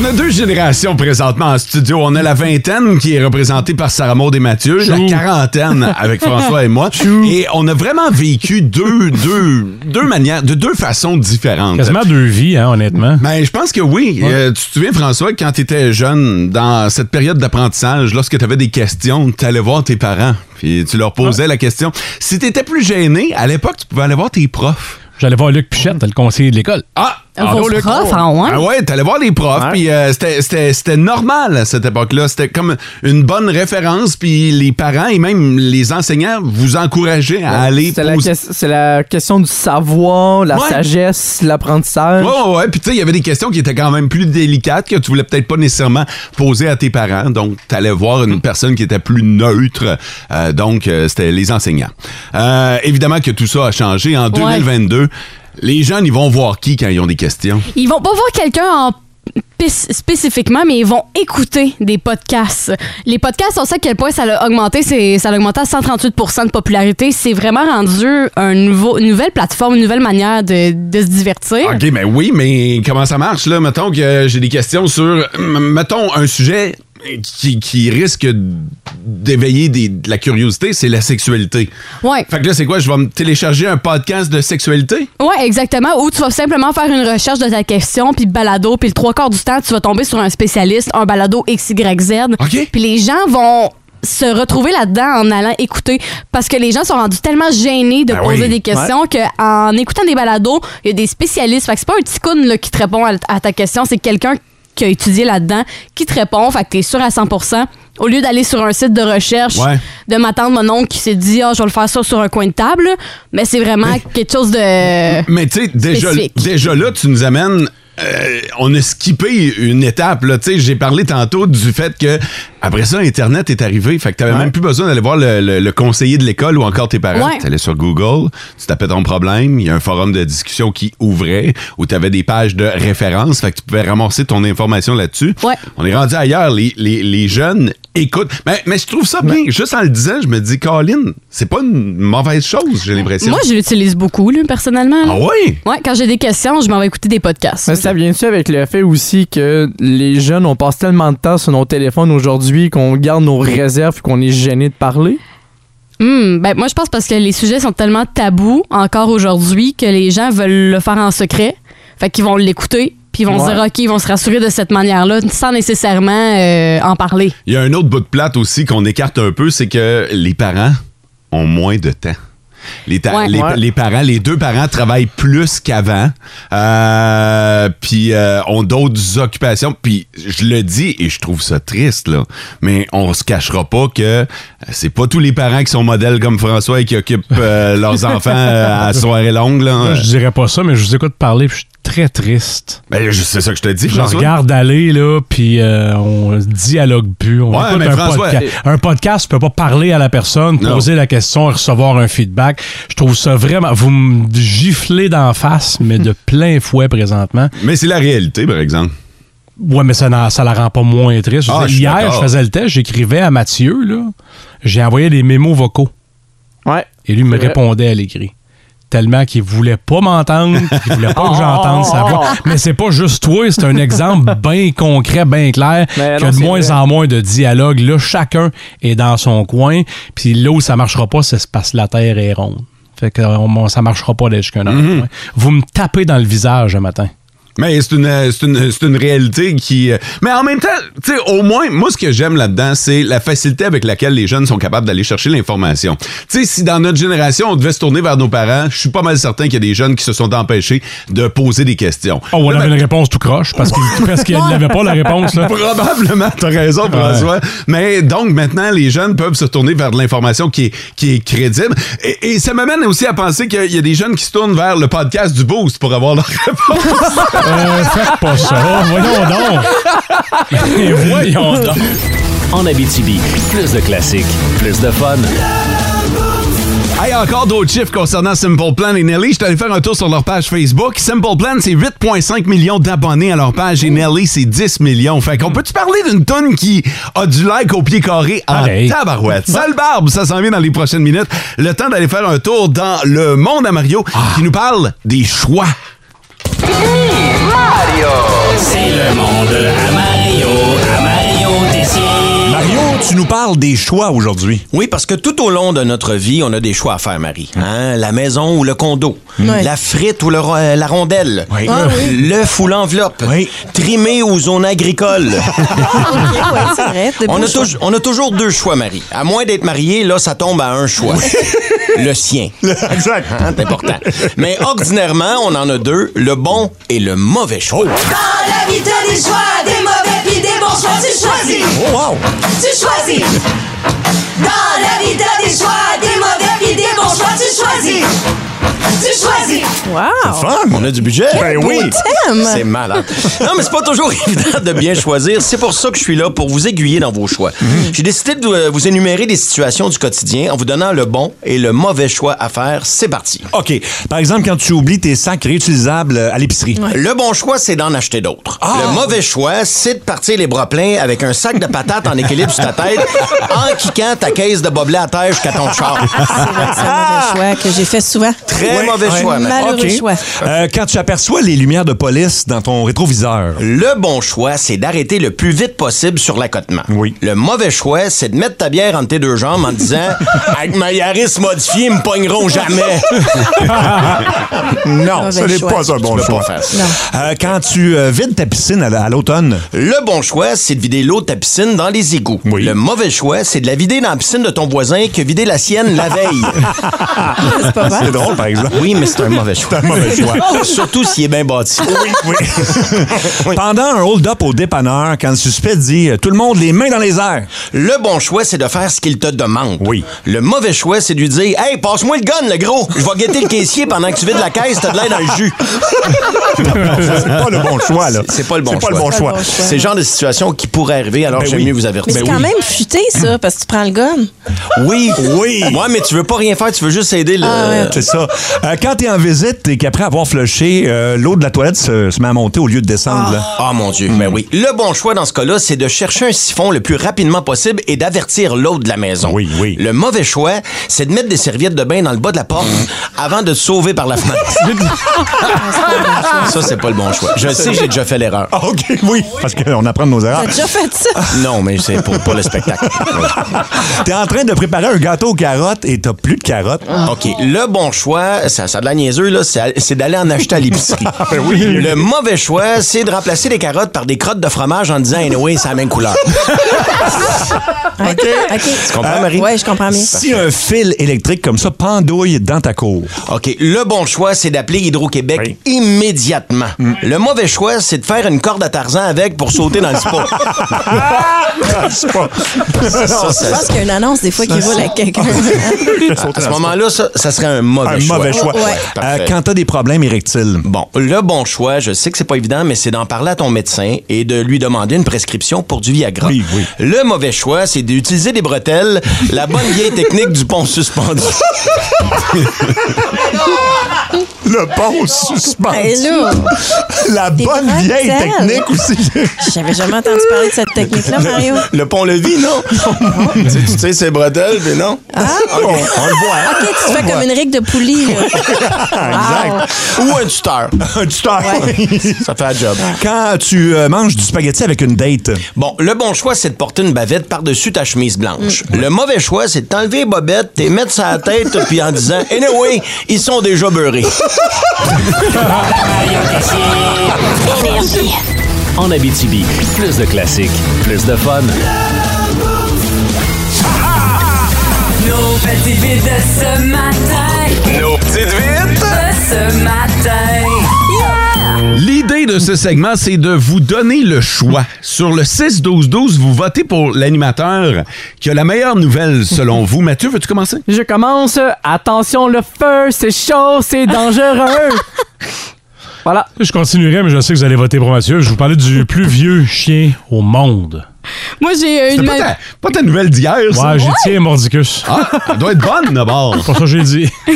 Speaker 3: On a deux générations présentement en studio. On a la vingtaine qui est représentée par Sarah Maud et Mathieu, la quarantaine avec François et moi. Et on a vraiment vécu deux, deux, deux manières, de deux façons différentes.
Speaker 4: Quasiment deux vies, hein, honnêtement.
Speaker 3: Ben, je pense que oui. Euh, tu te souviens, François, quand tu étais jeune, dans cette période d'apprentissage, lorsque tu avais des questions, tu allais voir tes parents, puis tu leur posais
Speaker 4: Ah.
Speaker 3: la question. Si tu étais plus gêné, à l'époque, tu pouvais aller voir tes profs.
Speaker 4: J'allais voir Luc Pichette, le conseiller de l'école.
Speaker 3: Ah!
Speaker 5: Ah,
Speaker 3: allô,
Speaker 5: vos
Speaker 3: Luc?
Speaker 5: profs, ah ouais?
Speaker 3: Ah ouais, t'allais voir les profs, puis euh, c'était- c'était c'était normal à cette époque-là. C'était comme une bonne référence, puis les parents et même les enseignants vous encourageaient à aller
Speaker 6: C'est la,
Speaker 3: poser-
Speaker 6: que- c'est la question du savoir, la
Speaker 3: Ouais.
Speaker 6: sagesse, l'apprentissage.
Speaker 3: Ouais, ouais, ouais. Puis, tu sais, il y avait des questions qui étaient quand même plus délicates que tu voulais peut-être pas nécessairement poser à tes parents. Donc, tu allais voir une personne qui était plus neutre. Euh, donc, euh, c'était les enseignants. Euh, évidemment que tout ça a changé. En 2022, les jeunes, ils vont voir qui quand ils ont des questions?
Speaker 5: Ils vont pas voir quelqu'un en pis- spécifiquement, mais ils vont écouter des podcasts. Les podcasts, on sait à quel point ça a augmenté. c'est- Ça a augmenté à 138 de popularité. C'est vraiment rendu un nouveau, une nouvelle plateforme, une nouvelle manière de, de se divertir.
Speaker 3: OK, mais oui, mais comment ça marche, là? Mettons que euh, j'ai des questions sur, m- mettons, un sujet qui, qui risque d'éveiller des- de la curiosité, c'est la sexualité.
Speaker 5: Ouais.
Speaker 3: Fait que là, c'est quoi? Je vais me télécharger un podcast de sexualité?
Speaker 5: Ouais, exactement. Ou tu vas simplement faire une recherche de ta question, puis balado, puis le trois quarts du temps, tu vas tomber sur un spécialiste, un balado XYZ.
Speaker 3: OK.
Speaker 5: Puis les gens vont se retrouver là-dedans en allant écouter parce que les gens sont rendus tellement gênés de
Speaker 3: Ben
Speaker 5: poser
Speaker 3: oui.
Speaker 5: des questions qu'en écoutant des balados, il y a des spécialistes. Fait que c'est pas un petit coon, là, qui te répond à, à ta question, c'est quelqu'un qui a étudié là-dedans, qui te répond, fait que t'es sûr à 100 au lieu d'aller sur un site de recherche,
Speaker 3: Ouais.
Speaker 5: de m'attendre mon oncle qui s'est dit Ah, je vais le faire ça sur un coin de table, mais c'est vraiment quelque chose de.
Speaker 3: Mais tu sais, déjà,
Speaker 5: Euh, Spécifique.
Speaker 3: déjà là, tu nous amènes. euh, on a skippé une étape. là. Tu sais, J'ai parlé tantôt du fait que après ça, Internet est arrivé. Fait que t'avais même plus besoin d'aller voir le, le- le conseiller de l'école ou encore tes parents.
Speaker 5: Ouais.
Speaker 3: Tu allais sur Google, tu tapais ton problème, il y a un forum de discussion qui ouvrait où tu avais des pages de référence. Fait que tu pouvais ramasser ton information là-dessus.
Speaker 5: Ouais.
Speaker 3: On est rendu ailleurs. Les, les- les jeunes écoutent. Mais, mais je trouve ça bien. Juste en le disant, je me dis, Colin, c'est pas une mauvaise chose, j'ai l'impression.
Speaker 5: Moi, je l'utilise beaucoup, là, personnellement. là.
Speaker 3: Ah ouais?
Speaker 5: Ouais, quand j'ai des questions, je m'en vais écouter des podcasts.
Speaker 6: Mais ça vient-tu avec le fait aussi que les jeunes, on passe tellement de temps sur nos téléphones aujourd'hui qu'on garde nos réserves qu'on est gêné de parler?
Speaker 5: Hmm, ben, moi, je pense parce que les sujets sont tellement tabous encore aujourd'hui que les gens veulent le faire en secret. Fait qu'ils vont l'écouter, puis ils vont se
Speaker 6: Ouais.
Speaker 5: dire, OK, ils vont se rassurer de cette manière-là, sans nécessairement euh, en parler.
Speaker 3: Il y a un autre bout de plate aussi qu'on écarte un peu, c'est que les parents ont moins de temps. Les, ta-
Speaker 5: Ouais.
Speaker 3: les-
Speaker 6: Ouais.
Speaker 3: les parents, les deux parents travaillent plus qu'avant, euh, puis euh, ont d'autres occupations. Puis je le dis et je trouve ça triste là, mais on se cachera pas que euh, c'est pas tous les parents qui sont modèles comme François et qui occupent euh, leurs enfants euh, à soirée longue là.
Speaker 4: Moi, Je dirais pas ça, mais je vous écoute parler, puis je suis très triste.
Speaker 3: Ben, je- c'est ça que je te dis.
Speaker 4: Je
Speaker 3: François.
Speaker 4: regarde aller, là, puis euh, on dialogue plus. On
Speaker 3: Ouais,
Speaker 4: écoute
Speaker 3: mais
Speaker 4: un,
Speaker 3: François- eh.
Speaker 4: podca- un podcast, tu peux pas parler à la personne,
Speaker 3: Non.
Speaker 4: poser la question, recevoir un feedback. Je trouve ça vraiment... Vous me giflez d'en face, mais de plein fouet présentement.
Speaker 3: Mais c'est la réalité, par exemple.
Speaker 4: Ouais, mais ça, n'en- ça la rend pas moins triste. Je
Speaker 3: Ah,
Speaker 4: veux dire,
Speaker 3: je suis
Speaker 4: hier,
Speaker 3: d'accord.
Speaker 4: je faisais le test, j'écrivais à Mathieu, là. J'ai envoyé des mémos vocaux.
Speaker 6: Ouais.
Speaker 4: Et lui me
Speaker 6: vrai.
Speaker 4: répondait à l'écrit. Tellement qu'il voulait pas m'entendre, qu'il voulait
Speaker 6: Oh,
Speaker 4: pas que j'entende sa voix. Mais c'est pas juste toi, c'est un exemple bien concret, bien clair,
Speaker 6: Mais
Speaker 4: qu'il y
Speaker 6: non,
Speaker 4: a de
Speaker 6: c'est
Speaker 4: moins
Speaker 6: vrai.
Speaker 4: en moins de dialogue. Là, chacun est dans son coin, puis là où ça marchera pas, c'est se passe la terre est ronde. Fait que euh, on- ça marchera pas d'être jusqu'à un
Speaker 6: Mm-hmm.
Speaker 4: autre coin. Vous me tapez dans le visage un matin.
Speaker 3: Mais c'est une, euh, c'est une, c'est une réalité qui. euh, Mais en même temps, tu sais, au moins, moi, ce que j'aime là-dedans, c'est la facilité avec laquelle les jeunes sont capables d'aller chercher l'information. Tu sais, si dans notre génération, on devait se tourner vers nos parents, je suis pas mal certain qu'il y a des jeunes qui se sont empêchés de poser des questions.
Speaker 4: Oh, on
Speaker 3: Là,
Speaker 4: avait
Speaker 3: ben,
Speaker 4: une réponse tout croche, parce qu'il parce qu'il n'avait pas la réponse. Là.
Speaker 3: Probablement, t'as raison, François. Mais donc, maintenant, les jeunes peuvent se tourner vers de l'information qui est, qui est crédible. Et, et ça m'amène aussi à penser qu'il y a des jeunes qui se tournent vers le podcast du Boost pour avoir leur réponse.
Speaker 4: Euh, faites pas ça. Voyons donc. Mais voyons donc.
Speaker 2: En Abitibi, plus de classiques, plus de fun.
Speaker 3: Hey, encore d'autres chiffres concernant Simple Plan et Nelly. Je suis allé faire un tour sur leur page Facebook. Simple Plan, c'est 8,5 millions d'abonnés à leur page et Nelly, c'est 10 millions. Fait
Speaker 8: Hmm.
Speaker 3: qu'on peut-tu parler d'une tonne qui a du like au pied carré en
Speaker 4: Pareil.
Speaker 3: tabarouette? Sale barbe, ça s'en vient dans les prochaines minutes. Le temps d'aller faire un tour dans le monde à Mario
Speaker 8: Ah.
Speaker 3: qui nous parle des choix.
Speaker 2: C'est le monde à Mario, à Mario Tessier.
Speaker 8: Mario, tu nous parles des choix aujourd'hui.
Speaker 9: Oui, parce que tout au long de notre vie, on a des choix à faire, Marie. Hein? La maison ou le condo.
Speaker 8: Mm.
Speaker 9: La frite ou le ro- euh, la rondelle.
Speaker 8: Ah
Speaker 9: L'œuf ou l'enveloppe.
Speaker 8: Oui.
Speaker 9: Trimer ou zone agricole.
Speaker 3: Ah,
Speaker 9: on, a touj- on a toujours deux choix, Marie. À moins d'être marié, là, ça tombe à un choix. Le sien.
Speaker 8: Exact.
Speaker 9: Hein, C'est important. Mais ordinairement, on en a deux, le bon et le mauvais choix.
Speaker 10: la vie, t'as des choix, des mauvais puis des bons choix. Tu choisis,
Speaker 9: Oh, wow!
Speaker 10: tu choisis. Dans la vie, t'as des choix, des mauvais puis des bons choix. Tu choisis, tu choisis.
Speaker 9: Fun. On a du budget.
Speaker 8: Ben oui.
Speaker 9: C'est malade. Non, mais c'est pas toujours évident de bien choisir. C'est pour ça que je suis là, pour vous aiguiller dans vos choix.
Speaker 8: Mhm.
Speaker 9: J'ai décidé de euh, vous énumérer des situations du quotidien en vous donnant le bon et le mauvais choix à faire. C'est parti.
Speaker 8: OK. Par exemple, quand tu oublies tes sacs réutilisables euh, à l'épicerie. Ah!
Speaker 9: Le bon choix, c'est d'en acheter d'autres. Le mauvais choix, c'est de partir les bras pleins avec un sac de patates en équilibre sur ta tête en kickant ta caisse de boblé à terre jusqu'à ton char.
Speaker 11: C'est un mauvais choix que j'ai fait souvent.
Speaker 9: Très
Speaker 8: Ouais,
Speaker 9: mauvais
Speaker 8: ouais.
Speaker 9: choix, man.
Speaker 11: Malheureux
Speaker 8: OK.
Speaker 11: choix.
Speaker 8: Euh, quand tu aperçois les lumières de police dans ton rétroviseur.
Speaker 9: Le bon choix, c'est d'arrêter le plus vite possible sur l'accotement.
Speaker 8: Oui.
Speaker 9: Le mauvais choix, c'est de mettre ta bière entre tes deux jambes en te disant Avec ma Yaris modifiée, ils me pogneront jamais.
Speaker 8: Non,
Speaker 11: Mauvais
Speaker 8: ce n'est
Speaker 11: choix.
Speaker 8: pas un bon
Speaker 9: Tu peux
Speaker 8: choix.
Speaker 9: pas faire ça.
Speaker 8: Euh, quand tu euh, vides ta piscine à, la- à l'automne.
Speaker 9: Le bon choix, c'est de vider l'eau de ta piscine dans les égouts.
Speaker 8: Oui.
Speaker 9: Le mauvais choix, c'est de la vider dans la piscine de ton voisin qui a vidé la sienne la veille.
Speaker 12: Ah,
Speaker 11: C'est pas vrai.
Speaker 8: C'est drôle, par exemple.
Speaker 9: oui, mais c'est un mauvais choix.
Speaker 8: C'est un mauvais choix.
Speaker 12: Oh,
Speaker 9: Surtout s'il est bien bâti.
Speaker 8: Oui, oui. Pendant un hold-up au dépanneur, quand le suspect dit euh, Tout le monde les mains dans les airs.
Speaker 9: Le bon choix, c'est de faire ce qu'il te demande.
Speaker 8: Oui.
Speaker 9: Le mauvais choix, c'est de lui dire Hey, passe-moi le gun, le gros. Je vais guetter le caissier pendant que tu vides la caisse, t'as de l'air dans le jus.
Speaker 8: Ça, C'est pas le bon choix, là.
Speaker 9: C'est- c'est pas le bon
Speaker 8: C'est pas le
Speaker 9: choix.
Speaker 8: bon choix.
Speaker 11: bon choix.
Speaker 9: C'est le genre de situation qui pourrait arriver, alors
Speaker 8: Ben
Speaker 9: j'aime
Speaker 8: oui. Hum.
Speaker 9: mieux vous
Speaker 11: Mais
Speaker 9: avertir.
Speaker 11: c'est quand même futé, ça, parce que tu prends le gun.
Speaker 9: oui.
Speaker 8: Oui.
Speaker 9: Ouais, mais tu veux pas rien faire, tu veux juste aider le.
Speaker 11: Ah,
Speaker 8: C'est ça. Euh, quand t'es en visite et qu'après avoir flushé, euh, l'eau de la toilette se, se met à monter au lieu de descendre. là.
Speaker 9: Ah mon Dieu, mais oui. Le bon choix dans ce cas-là, c'est de chercher un siphon le plus rapidement possible et d'avertir l'autre de la maison.
Speaker 8: Oui, oui.
Speaker 9: Le mauvais choix, c'est de mettre des serviettes de bain dans le bas de la porte
Speaker 8: Mm.
Speaker 9: avant de te sauver par la fenêtre. ça, c'est pas le bon choix. Je sais, j'ai déjà fait l'erreur.
Speaker 8: Ah, OK, oui. Parce qu'on apprend de nos erreurs.
Speaker 11: T'as déjà fait ça?
Speaker 9: Non, mais c'est pour, pour le spectacle.
Speaker 8: T'es en train de préparer un gâteau aux carottes et t'as plus de carottes.
Speaker 9: OK. Ah. Le bon choix, ça, ça a de la niaiseux, là, c'est à- c'est d'aller en acheter à l'épicerie.
Speaker 8: Ah,
Speaker 9: Le mauvais choix, c'est de remplacer les carottes par des crottes de fromage en disant, anyway, c'est la même couleur.
Speaker 11: OK.
Speaker 9: Tu comprends, Marie?
Speaker 11: Oui, je comprends bien.
Speaker 8: Euh, Si un fil électrique comme ça pendouille dans ta cour.
Speaker 9: OK. Le bon choix, c'est d'appeler Hydro-Québec immédiatement.
Speaker 8: Mm.
Speaker 9: Le mauvais choix, c'est de faire une corde à Tarzan avec pour sauter dans le spa.
Speaker 11: Ça,
Speaker 9: ça,
Speaker 11: Ah, je pense qu'il y a une annonce des fois qui roule avec quelqu'un.
Speaker 9: À ce moment-là, ça, ça serait un mauvais
Speaker 8: Un
Speaker 9: choix.
Speaker 8: mauvais choix.
Speaker 11: Ouais.
Speaker 9: Parfait.
Speaker 8: Euh, quand t'as des problèmes érectiles.
Speaker 9: Bon, le bon choix, je sais que c'est pas évident, mais c'est d'en parler à ton médecin et de lui demander une prescription pour du Viagra.
Speaker 8: Oui, oui.
Speaker 9: Le mauvais choix, c'est d'utiliser des bretelles, la bonne vieille technique du pont suspendu.
Speaker 8: Le pont suspens.
Speaker 11: Hey, là.
Speaker 8: La
Speaker 11: Des
Speaker 8: bonne
Speaker 11: bretelles.
Speaker 8: vieille technique aussi.
Speaker 11: J'avais jamais entendu parler de cette technique-là, Mario.
Speaker 9: Le pont-levis, non? tu sais, tu sais, c'est bretelles, mais non. OK.
Speaker 8: On le voit. hein?
Speaker 11: OK, tu te fais comme une rigue de poulie, là.
Speaker 8: Exact.
Speaker 9: Ou un tuteur.
Speaker 8: Un tuteur.
Speaker 9: Ça fait un job.
Speaker 8: Quand tu euh, manges du spaghetti avec une date.
Speaker 9: Bon, le bon choix, c'est de porter une bavette par-dessus ta chemise blanche. Le mauvais choix, c'est de t'enlever les bobettes, t'es mettre sur la tête, puis en disant « Anyway, ils sont déjà beurrés.
Speaker 1: Énergie.
Speaker 2: En Abitibi, plus de classiques, plus de fun.
Speaker 10: Nos petites vites de ce matin.
Speaker 2: Nos petites vites.
Speaker 10: De ce matin. Yeah!
Speaker 3: L'idée de ce segment, c'est de vous donner le choix. Sur le 6-12-12, vous votez pour l'animateur qui a la meilleure nouvelle selon vous. Mathieu, veux-tu commencer?
Speaker 6: Je commence. Attention, le feu, c'est chaud, c'est dangereux. voilà.
Speaker 4: Je continuerai, mais je sais que vous allez voter pour Mathieu. Je vous parlais du plus vieux chien au monde.
Speaker 5: Moi, j'ai euh,
Speaker 3: C'est
Speaker 5: une.
Speaker 3: pas,
Speaker 5: ma-
Speaker 3: ta- pas ta nouvelle d'hier, ça?
Speaker 4: Ouais, j'ai tiens Mordicus.
Speaker 3: Ah, elle doit être bonne, d'abord.
Speaker 4: Pour ça, que j'ai dit.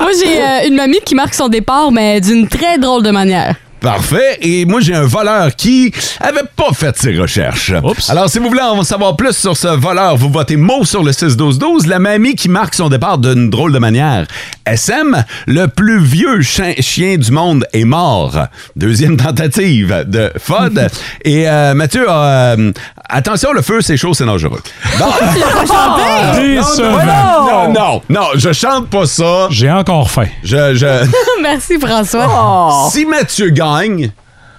Speaker 5: Moi, j'ai euh, une mamie qui marque son départ, mais d'une très drôle de manière.
Speaker 3: Parfait. Et moi, j'ai un voleur qui avait pas fait ses recherches.
Speaker 4: Oups.
Speaker 3: Alors, si vous voulez en savoir plus sur ce voleur, vous votez mot sur le 6-12-12. La mamie qui marque son départ d'une drôle de manière. SM, le plus vieux chien, chien du monde, est mort. Deuxième tentative de FOD. Et euh, Mathieu, a, euh, attention, le feu, c'est chaud, c'est dangereux. Non,
Speaker 4: Décevant.
Speaker 3: non, non, non, je chante pas ça.
Speaker 4: Oh. J'ai encore faim.
Speaker 3: Je, je...
Speaker 5: Merci, François. Oh.
Speaker 3: Si Mathieu gagne,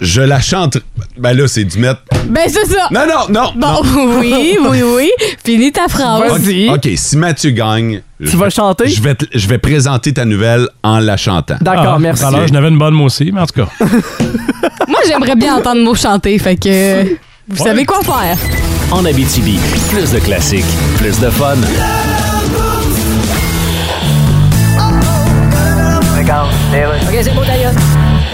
Speaker 3: je la chante. Ben là, c'est du mettre.
Speaker 5: Ben, c'est ça.
Speaker 3: Non, non, non.
Speaker 5: Bon,
Speaker 3: non.
Speaker 5: oui, oui, oui. Finis ta
Speaker 4: Ah
Speaker 5: phrase.
Speaker 6: Vas-y.
Speaker 3: OK, si Mathieu gagne. Tu
Speaker 6: vas chanter?
Speaker 3: Je vais, te- je vais présenter ta nouvelle en la chantant.
Speaker 6: D'accord,
Speaker 4: Ah,
Speaker 6: merci.
Speaker 4: tout à l'heure, je n'avais une bonne, moi aussi, mais en tout cas.
Speaker 5: Moi, j'aimerais bien entendre Mo chanter, fait que. euh, Vous savez quoi faire.
Speaker 2: En Abitibi, plus de classiques, plus de fun.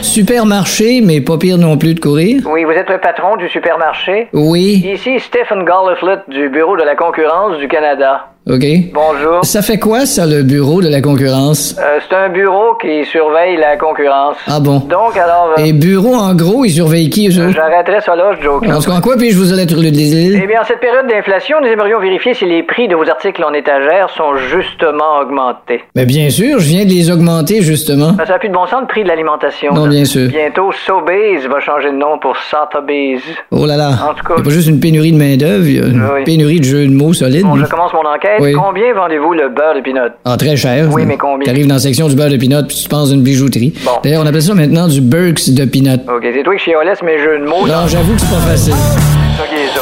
Speaker 7: Supermarché, mais pas pire non plus de courir.
Speaker 13: Oui, vous êtes le patron du supermarché.
Speaker 7: Oui,
Speaker 13: Ici Stephen Garliflet du Bureau de la concurrence du Canada.
Speaker 7: OK.
Speaker 13: Bonjour.
Speaker 7: Ça fait quoi, ça, le bureau de la concurrence?
Speaker 13: Euh, c'est un bureau qui surveille la concurrence.
Speaker 7: Ah bon?
Speaker 13: Donc alors, euh,
Speaker 7: Et bureau, en gros, ils surveillent qui, eux? autres?
Speaker 13: j'arrêterai ça là, je joke.
Speaker 7: En tout cas, en quoi puis-je vous être le
Speaker 13: Eh
Speaker 7: désir?
Speaker 13: bien, en cette période d'inflation, nous aimerions vérifier si les prix de vos articles en étagère sont justement augmentés.
Speaker 7: Mais bien sûr, je viens de les augmenter, justement.
Speaker 13: Ben, ça n'a plus de bon sens le prix de l'alimentation.
Speaker 7: Non,
Speaker 13: là.
Speaker 7: bien sûr.
Speaker 13: Bientôt, Sobeys va changer de nom pour Sotheby's.
Speaker 7: Oh là
Speaker 13: En
Speaker 7: là.
Speaker 13: tout cas-
Speaker 7: Il n'y a pas juste une pénurie de main-d'œuvre, il y a une
Speaker 13: Oui.
Speaker 7: pénurie de jeux de mots solides.
Speaker 13: Bon, je commence mon enquête.
Speaker 7: Oui.
Speaker 13: Combien vendez-vous le beurre de pinot?
Speaker 7: Ah, très cher.
Speaker 13: Oui, mais combien?
Speaker 7: T'arrives dans la section du beurre de pinot puis tu te penses d'une bijouterie.
Speaker 13: Bon.
Speaker 7: D'ailleurs, on appelle ça maintenant du Burks de pinot.
Speaker 13: Ok, c'est toi qui chiolais mes jeux de mots.
Speaker 7: Non, j'avoue que c'est pas facile.
Speaker 13: Ça qui est ça.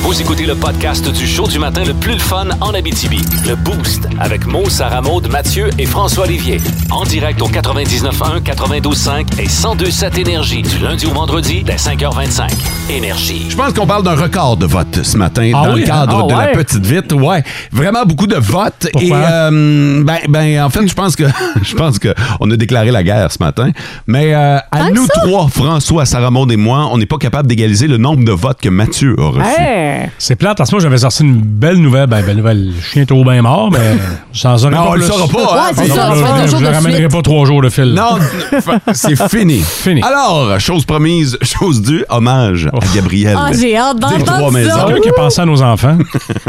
Speaker 2: Vous écoutez le podcast du show du matin le plus le fun en Abitibi. Le Boost avec Mo, Sarah Maud, Mathieu et François Olivier. En direct au 99.1, 92.5 et 102.7 Énergie du lundi au vendredi dès 5h25. Énergie.
Speaker 3: Je pense qu'on parle d'un record de votes ce matin
Speaker 4: Ah
Speaker 3: dans
Speaker 4: oui?
Speaker 3: le cadre
Speaker 4: Ah
Speaker 3: de la
Speaker 4: ouais?
Speaker 3: petite vite. Ouais, vraiment beaucoup de votes
Speaker 4: Pourquoi?
Speaker 3: et euh, ben, ben en fait, je pense que je pense que on a déclaré la guerre ce matin. Mais euh,
Speaker 4: Hein,
Speaker 3: à nous trois, François, Sarah Maud et moi, on n'est pas capable d'égaliser le nombre de votes que Mathieu a reçu.
Speaker 4: C'est plate. En ce moment, j'avais sorti une belle nouvelle. Ben, belle nouvelle. Le chien est trop bien mort, mais sans un
Speaker 3: Non, on le saura pas. hein?
Speaker 5: Ouais, c'est ça, on se fait
Speaker 4: je,
Speaker 5: deux jours
Speaker 4: je
Speaker 5: de
Speaker 4: le ramènerai
Speaker 5: suite.
Speaker 4: pas trois jours de fil.
Speaker 3: Non, fin- c'est fini.
Speaker 4: Fini.
Speaker 3: Alors, chose promise, chose due, hommage à Gabriel.
Speaker 5: Ah, j'ai hâte
Speaker 3: Des trois
Speaker 5: d'entendre
Speaker 3: maisons.
Speaker 5: ça.
Speaker 4: Quelqu'un qui a pensé à nos enfants.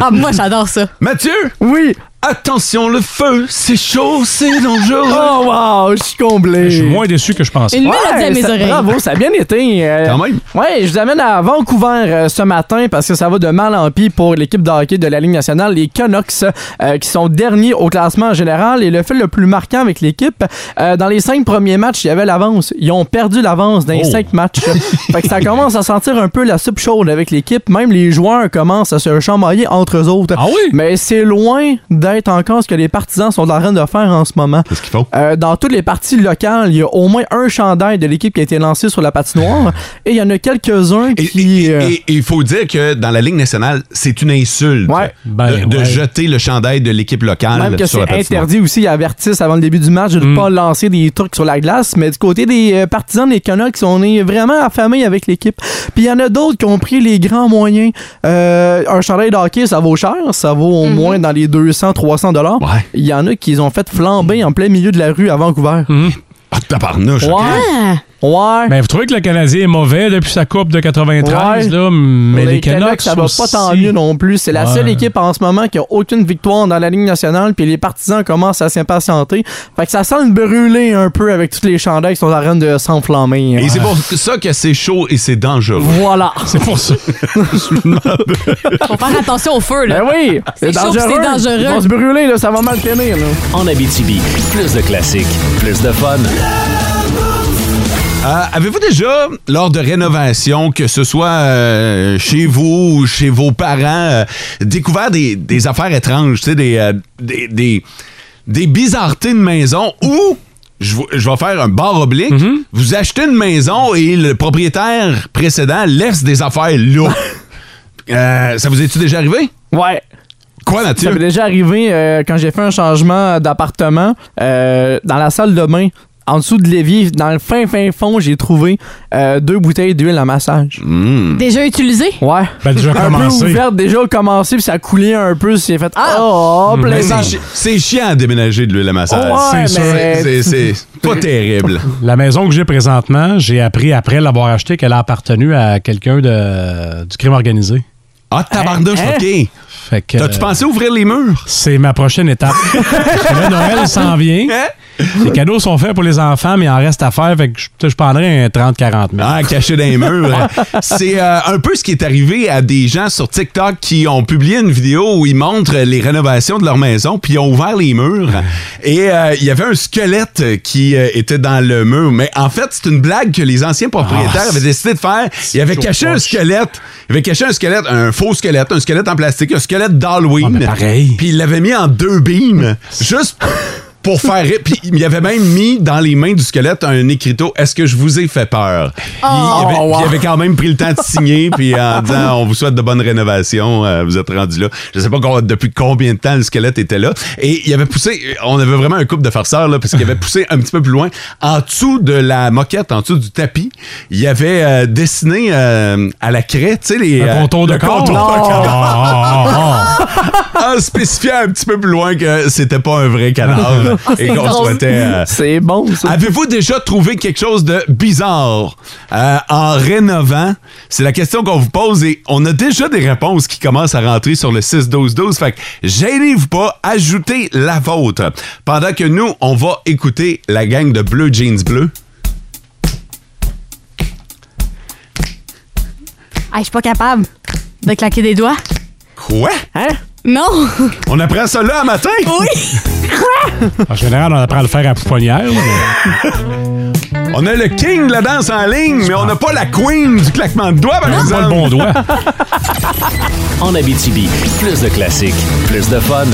Speaker 5: Ah, moi, j'adore ça.
Speaker 3: Mathieu,
Speaker 6: Oui,
Speaker 3: Attention, le feu, c'est chaud, c'est dangereux.
Speaker 6: Oh, wow, je suis comblé.
Speaker 4: Je suis moins déçu que je pensais.
Speaker 6: Ouais, ça- Bravo, ça a bien été. euh,
Speaker 4: Quand même.
Speaker 6: Ouais, je vous amène à Vancouver euh, ce matin parce que ça va de mal en pis pour l'équipe de hockey de la Ligue nationale, les Canucks, euh, qui sont derniers au classement en général. Et le fait le plus marquant avec l'équipe, euh, dans les cinq premiers matchs, il y avait l'avance. Ils ont perdu l'avance dans les
Speaker 14: Oh.
Speaker 6: cinq matchs. fait que ça commence à sentir un peu la soupe chaude avec l'équipe. Même les joueurs commencent à se chamailler entre eux autres. Ah oui? Mais c'est loin d'être encore ce que les partisans sont en train de faire en ce moment. Euh,
Speaker 3: Qu'est-ce qu'ils font?
Speaker 6: dans toutes les parties locales, il y a au moins un chandail de l'équipe qui a été lancé sur la patinoire. Et il y en a quelques-uns qui... euh,
Speaker 3: Et il faut dire que dans la Ligue nationale, c'est une insulte
Speaker 4: Ben,
Speaker 3: de, de
Speaker 6: ouais.
Speaker 3: jeter le chandail de l'équipe locale
Speaker 6: Même que
Speaker 3: sur
Speaker 6: c'est
Speaker 3: la patinoire.
Speaker 6: interdit Mm. aussi, ils avertissent avant le début du match de ne pas lancer des trucs sur la glace. Mais du côté des euh, partisans des Canucks, on est vraiment affamés avec l'équipe. Puis il y en a d'autres qui ont pris les grands moyens. Euh, un chandail de hockey, ça vaut cher. Ça vaut au moins dans les 200-300 dollars. Il y en a qui les ont fait flamber en plein milieu de la rue à Vancouver.
Speaker 3: Ah, tabarnouche.
Speaker 6: Ouais. Ouais.
Speaker 4: Ben, vous trouvez que le Canadien est mauvais depuis sa coupe de 93, là, mais
Speaker 6: Pour
Speaker 4: les, Canucks,
Speaker 6: ça va pas
Speaker 4: aussi.
Speaker 6: tant mieux non plus. C'est la
Speaker 4: Ouais.
Speaker 6: seule équipe en ce moment qui a aucune victoire dans la Ligue nationale, puis les partisans commencent à s'impatienter. Fait que ça sent le brûler un peu avec tous les chandails qui sont en train de s'enflammer. hein.
Speaker 3: Et c'est pour ça que c'est chaud et c'est dangereux.
Speaker 6: Voilà.
Speaker 4: C'est pour ça.
Speaker 5: Faut faire attention au feu, là.
Speaker 6: Ben oui, c'est
Speaker 5: chaud,
Speaker 6: dangereux.
Speaker 5: C'est
Speaker 6: Ils
Speaker 5: dangereux.
Speaker 6: vont se brûler, là, ça va mal finir. là.
Speaker 2: En Abitibi, plus de classiques, plus de fun.
Speaker 3: Euh, Avez-vous déjà, lors de rénovation, que ce soit euh, chez vous ou chez vos parents, euh, découvert des, des affaires étranges, tu sais, des, euh, des, des, des bizarretés de maison ou, je, vais- je vais faire un bar oblique,
Speaker 6: Mhm.
Speaker 3: vous achetez une maison et le propriétaire précédent laisse des affaires lourdes. Euh, ça vous est-tu déjà arrivé?
Speaker 6: Ouais.
Speaker 3: Quoi, Mathieu?
Speaker 6: Ça m'est déjà arrivé euh, quand j'ai fait un changement d'appartement euh, dans la salle de bain. En dessous de l'évier, dans le fin fin fond, j'ai trouvé euh, deux bouteilles d'huile à massage.
Speaker 3: Hmm.
Speaker 5: Déjà utilisé?
Speaker 6: Ouais.
Speaker 4: Ben, déjà
Speaker 6: un
Speaker 4: commencé.
Speaker 6: peu ouverte, déjà commencé, puis ça coulait un peu, c'est fait ah,
Speaker 4: Hmm.
Speaker 6: oh,
Speaker 3: Mais
Speaker 6: plaisant.
Speaker 3: Ben, c'est chi- C'est chiant à déménager de l'huile à massage.
Speaker 6: Ouais, mais-
Speaker 3: c'est sûr. C'est- C'est pas terrible.
Speaker 4: La maison que j'ai présentement, j'ai appris après l'avoir achetée qu'elle a appartenu à quelqu'un de, du crime organisé.
Speaker 3: Ah, tabarnouche,
Speaker 4: Hein?
Speaker 3: OK.
Speaker 4: Fait que,
Speaker 3: T'as-tu pensé ouvrir les murs?
Speaker 4: C'est ma prochaine étape. Parce que là, Noël s'en vient.
Speaker 3: Hein?
Speaker 4: Les cadeaux sont faits pour les enfants, mais il en reste à faire. Fait que je, peut-être je prendrais un 30-40 000.
Speaker 3: Ah, caché dans les murs. C'est euh, un peu ce qui est arrivé à des gens sur TikTok qui ont publié une vidéo où ils montrent les rénovations de leur maison, puis ils ont ouvert les murs. Et euh, il y avait un squelette qui euh, était dans le mur. Mais en fait, c'est une blague que les anciens propriétaires
Speaker 4: Ah,
Speaker 3: avaient décidé de faire. Ils avaient
Speaker 4: chaud
Speaker 3: caché un squelette. Ils avaient caché un squelette, un faux squelette, un squelette en plastique, un squelette d'Halloween.
Speaker 4: Ah, pareil.
Speaker 3: Puis ils l'avaient mis en deux beams, juste pour faire rire. Puis il avait même mis dans les mains du squelette un écriteau « Est-ce que je vous ai fait peur? » Puis il, avait,
Speaker 6: Oh, wow.
Speaker 3: puis il avait quand même pris le temps de signer, puis euh, en disant on vous souhaite de bonnes rénovations, euh, vous êtes rendu là. Je sais pas qu'on- depuis combien de temps le squelette était là. Et il avait poussé, on avait vraiment un couple de farceurs, là, parce qu'il avait poussé un petit peu plus loin. En dessous de la moquette, en dessous du tapis, il avait euh, dessiné euh, à la craie, tu sais, les.
Speaker 4: Le
Speaker 3: euh,
Speaker 4: contour de
Speaker 3: le
Speaker 4: corps. Oh,
Speaker 3: contour de
Speaker 4: Non. oh,
Speaker 3: corps. en spécifiant un petit peu plus loin que c'était pas un vrai cadavre et
Speaker 6: Ah, C'est
Speaker 3: qu'on
Speaker 6: drôle.
Speaker 3: souhaitait. euh,
Speaker 6: C'est bon, ça.
Speaker 3: Avez-vous déjà trouvé quelque chose de bizarre euh, en rénovant? C'est la question qu'on vous pose et on a déjà des réponses qui commencent à rentrer sur le 6-12-12. Fait que gênez-vous pas, ajoutez la vôtre. Pendant que nous, on va écouter la gang de Bleu Jeans Bleu.
Speaker 5: Ah, je suis pas capable de claquer des doigts.
Speaker 3: Quoi?
Speaker 5: Hein? Non!
Speaker 3: On apprend ça là à matin?
Speaker 5: Oui!
Speaker 4: En général, on apprend à le faire à pouponnière.
Speaker 3: On a le king de la danse en ligne, mais on n'a pas la queen du claquement de doigts, par exemple.
Speaker 4: pas le bon doigt.
Speaker 2: En Abitibi, plus de classiques, plus de fun.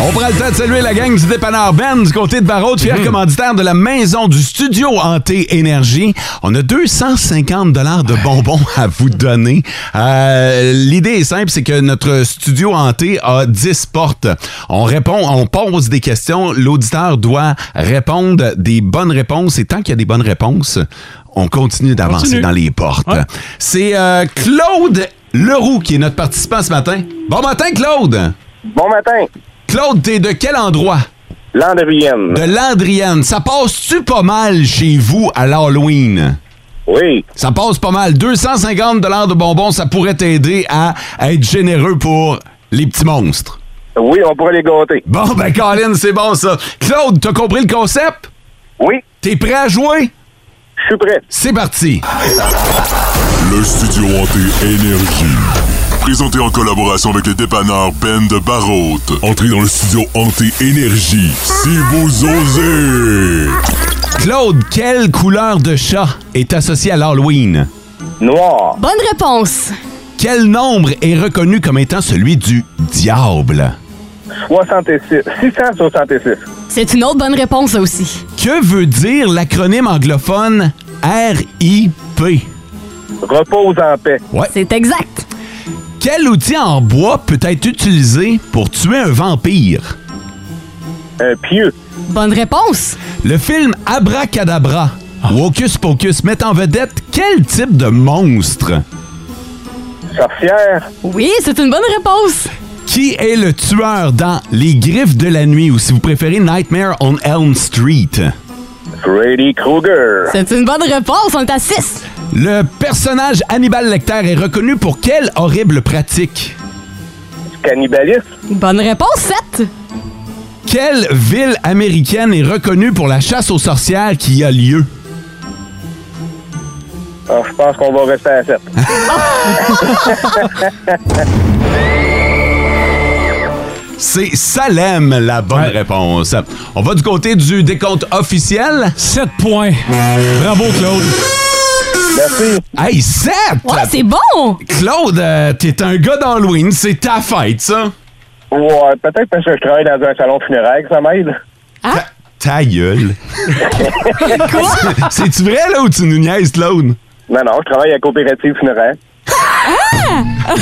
Speaker 3: On prend le temps de saluer la gang du dépanneur Ben du côté de Barraud, fier commanditaire de la maison du studio Hanté Énergie. On a 250 dollars de bonbons à vous donner. Euh, L'idée est simple, c'est que notre studio Hanté a 10 portes. On répond, on pose des questions. L'auditeur doit répondre des bonnes réponses. Et tant qu'il y a des bonnes réponses, on continue d'avancer
Speaker 4: Continue.
Speaker 3: dans les portes. C'est euh, Claude Leroux qui est notre participant ce matin. Bon matin, Claude!
Speaker 15: Bon matin.
Speaker 3: Claude, t'es de quel endroit?
Speaker 15: Landrienne.
Speaker 3: De Landrienne. Ça passe-tu pas mal chez vous à l'Halloween?
Speaker 15: Oui.
Speaker 3: Ça passe pas mal. 250 de bonbons, ça pourrait t'aider à être généreux pour les petits monstres.
Speaker 15: Oui, on pourrait les gâter.
Speaker 3: Bon, ben, Colin, c'est bon, ça. Claude, t'as compris le concept?
Speaker 15: Oui.
Speaker 3: T'es prêt à jouer?
Speaker 15: Je suis prêt.
Speaker 3: C'est parti.
Speaker 14: Le studio hanté Énergie. Présenté en collaboration avec les dépanneurs Ben de Barraute. Entrée dans le studio hanté Énergie, si vous osez.
Speaker 3: Claude, quelle couleur de chat est associée à l'Halloween?
Speaker 15: Noir.
Speaker 5: Bonne réponse.
Speaker 3: Quel nombre est reconnu comme étant celui du diable?
Speaker 15: 66. 666.
Speaker 5: C'est une autre bonne réponse, ça aussi.
Speaker 3: Que veut dire l'acronyme anglophone RIP?
Speaker 15: Repose en paix.
Speaker 5: C'est exact.
Speaker 3: Quel outil en bois peut être utilisé pour tuer un vampire?
Speaker 15: Un pieu.
Speaker 5: Bonne réponse.
Speaker 3: Le film Abracadabra ou Hocus Pocus met en vedette quel type de monstre?
Speaker 15: Sorcière.
Speaker 5: Oui, c'est une bonne réponse.
Speaker 3: Qui est le tueur dans Les Griffes de la Nuit ou si vous préférez Nightmare on Elm Street?
Speaker 15: Freddy Krueger.
Speaker 5: C'est une bonne réponse, on est à 6.
Speaker 3: Le personnage Hannibal Lecter est reconnu pour quelle horrible pratique?
Speaker 15: Cannibaliste.
Speaker 5: Bonne réponse, 7.
Speaker 3: Quelle ville américaine est reconnue pour la chasse aux sorcières qui a lieu?
Speaker 15: Ah, je pense qu'on va rester à 7.
Speaker 3: C'est Salem, la bonne réponse. On va du côté du décompte officiel.
Speaker 4: 7 points. Bravo, Claude.
Speaker 15: Merci.
Speaker 3: Hey, 7!
Speaker 5: Ouais, c'est bon!
Speaker 3: Claude, euh, t'es un gars d'Halloween, c'est ta fête, ça?
Speaker 15: Ouais, peut-être parce que je travaille dans un salon funéraire que ça m'aide.
Speaker 3: Ta gueule. C'est-tu vrai, là, ou tu nous niaises, Claude?
Speaker 15: Non, non, je travaille à la coopérative funéraire.
Speaker 4: Ah,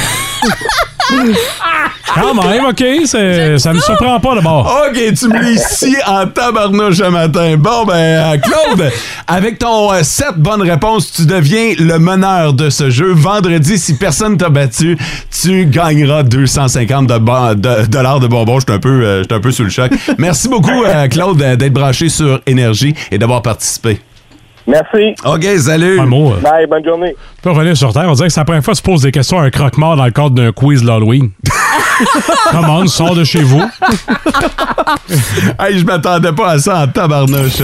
Speaker 4: Quand même, OK. c'est- Ça ne me surprend pas d'abord.
Speaker 3: OK, tu me lis ici en tabarnouche ce matin. Bon, ben, euh, Claude, avec ton 7 bonnes réponses, tu deviens le meneur de ce jeu. Vendredi, si personne t'a battu, tu gagneras 250 de bon- de- dollars de bonbons. Je suis un, peu, euh, j'étais un peu sous le choc. Merci beaucoup, euh, Claude, euh, d'être branché sur Énergie et d'avoir participé.
Speaker 15: Merci.
Speaker 3: OK, salut.
Speaker 4: Un mot. euh,
Speaker 15: Bye, bonne journée.
Speaker 4: tu peux revenir sur Terre. On dirait que c'est la première fois que tu poses des questions à un croque-mort dans le cadre d'un quiz de l'Halloween. Commande, sors de chez vous.
Speaker 3: Hey, je m'attendais pas à ça en tabarnouche.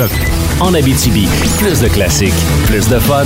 Speaker 2: En Abitibi, plus de classiques, plus de fun.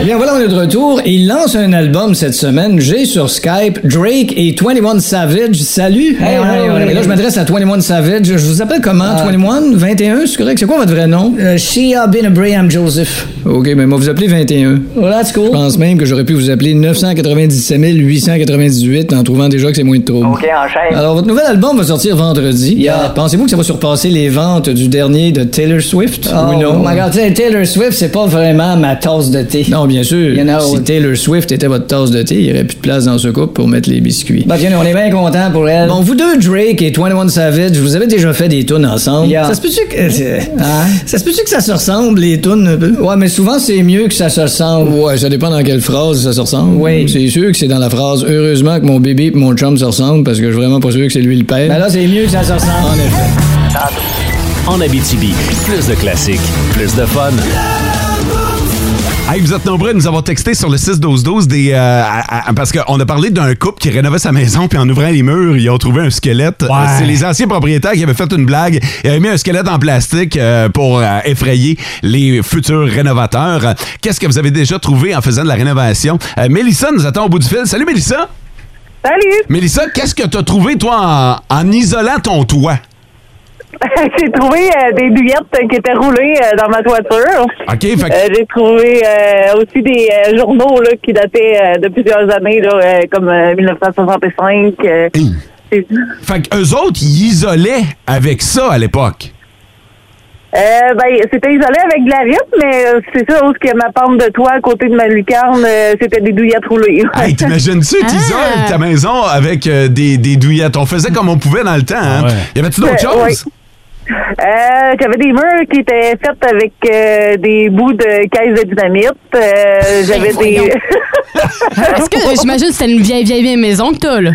Speaker 7: Eh bien, voilà, on est de retour. Il lance un album cette semaine. J'ai sur Skype Drake et 21 Savage. Salut! Hey, hey, hey, Là, je m'adresse à 21 Savage. Je vous appelle comment? 21? 21? C'est correct? C'est quoi votre vrai nom? Euh, Shia bin Abraham Joseph. OK, mais moi, vous appelez 21. Voilà, that's cool. Je pense même que j'aurais pu vous appeler 997 898 en trouvant déjà que c'est moins de trouble.
Speaker 13: OK, enchaîne.
Speaker 7: Alors, votre nouvel album va sortir vendredi.
Speaker 13: Yeah.
Speaker 7: Pensez-vous que ça va surpasser les ventes du dernier de Taylor Swift?
Speaker 13: Oh,
Speaker 7: ou non?
Speaker 13: my God, tu sais,
Speaker 7: Taylor Swift, c'est pas vraiment ma tasse de thé. Non, bien sûr.
Speaker 13: You know.
Speaker 7: si Taylor Swift était votre tasse de thé, il n'y aurait plus de place dans ce couple pour mettre les biscuits. Bah, bien, on est bien content pour elle. Bon, vous deux, Drake et 21 Savage, vous avez déjà fait des tunes ensemble.
Speaker 13: Yeah.
Speaker 7: Ça se peut-tu que. euh, Ça se peut-tu que ça se ressemble, les tunes, un peu? Ouais, mais souvent, c'est mieux que ça se ressemble. Ouais, ça dépend dans quelle phrase ça se ressemble. Oui. C'est sûr que c'est dans la phrase Heureusement que mon bébé et mon chum se ressemblent parce que je suis vraiment pas sûr que c'est lui le père.
Speaker 13: Ben là,
Speaker 7: c'est mieux que ça se ressemble. En effet.
Speaker 2: En Abitibi, plus de classiques, plus de fun.
Speaker 3: Hey, vous êtes nombreux à nous avoir texté sur le 6-12-12 des. euh, à- à- parce qu'on a parlé d'un couple qui rénovait sa maison, puis en ouvrant les murs, ils ont trouvé un squelette. Euh, C'est les anciens propriétaires qui avaient fait une blague et avaient mis un squelette en plastique euh, pour euh, effrayer les futurs rénovateurs. Euh, Qu'est-ce que vous avez déjà trouvé en faisant de la rénovation? Euh, Mélissa nous attend au bout du fil. Salut, Mélissa!
Speaker 16: Salut!
Speaker 3: Mélissa, qu'est-ce que t'as trouvé, toi, en, en isolant ton toit?
Speaker 16: J'ai trouvé euh, des billettes qui étaient roulées euh, dans ma toiture.
Speaker 3: OK, fait que-
Speaker 16: Euh, J'ai trouvé euh, aussi des euh, journaux là, qui dataient euh, de plusieurs années, là, euh, comme euh, 1965. euh, c'est-
Speaker 3: Fait qu'eux autres, ils isolaient avec ça à l'époque.
Speaker 16: Euh, ben, c'était isolé avec de la vitre, mais euh, c'est ça, où ce que ma pente de toit à côté de ma lucarne, euh, c'était des douillettes roulées. Ah.
Speaker 3: Hey, t'imagines-tu, t'isoles ta maison avec euh, des, des douillettes. On faisait comme on pouvait dans le temps. Hein? Y avait-tu d'autres
Speaker 16: Euh,
Speaker 3: choses?
Speaker 16: oui. Euh, J'avais des murs qui étaient faits avec euh, des bouts de caisses de dynamite. Euh, J'avais des.
Speaker 5: Parce que j'imagine que c'était une vieille, vieille, vieille maison que t'as, là.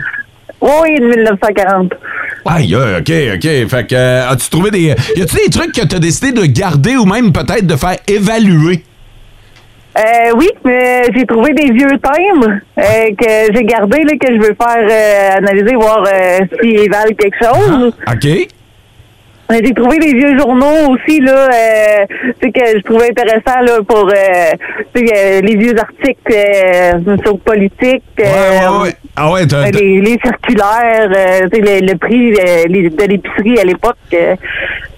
Speaker 16: Oui, de 1940.
Speaker 3: Aïe, euh, OK, OK. Fait que, euh, as-tu trouvé des. Y a-tu des trucs que t'as décidé de garder ou même peut-être de faire évaluer?
Speaker 16: Euh, oui, mais j'ai trouvé des vieux timbres euh, que j'ai gardés, là, que je veux faire euh, analyser, voir euh, s'ils valent quelque
Speaker 3: Ah.
Speaker 16: chose.
Speaker 3: OK.
Speaker 16: Euh, J'ai trouvé des vieux journaux aussi, là, euh, tu sais, que je trouvais intéressant là, pour euh, tu sais, euh, les vieux articles euh, sur politique, euh,
Speaker 3: Ah ouais, t'as-
Speaker 16: euh,
Speaker 3: t'as-
Speaker 16: les, les circulaires, euh, tu sais, le, le prix euh, les- de l'épicerie à l'époque. euh,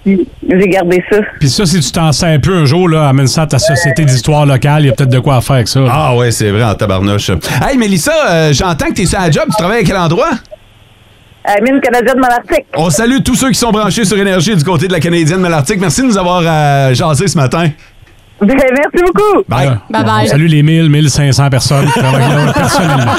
Speaker 16: J'ai gardé ça.
Speaker 4: Puis ça, si tu t'en sais un peu un jour, là, amène ça à ta société d'histoire locale, il y a peut-être de quoi à faire avec ça.
Speaker 3: Ah ouais, c'est vrai, en tabarnouche. Hey, Mélissa, euh, j'entends que t'es sur la job. Tu travailles à quel endroit?
Speaker 16: À Mine canadienne Malartic.
Speaker 3: On salue tous ceux qui sont branchés sur Énergie du côté de la Canadienne Malartic. Merci de nous avoir euh, jasé ce matin.
Speaker 15: Ben,
Speaker 16: merci beaucoup.
Speaker 3: Bye.
Speaker 4: On salue les 1000, 1500 personnes qui travaillent là personnellement.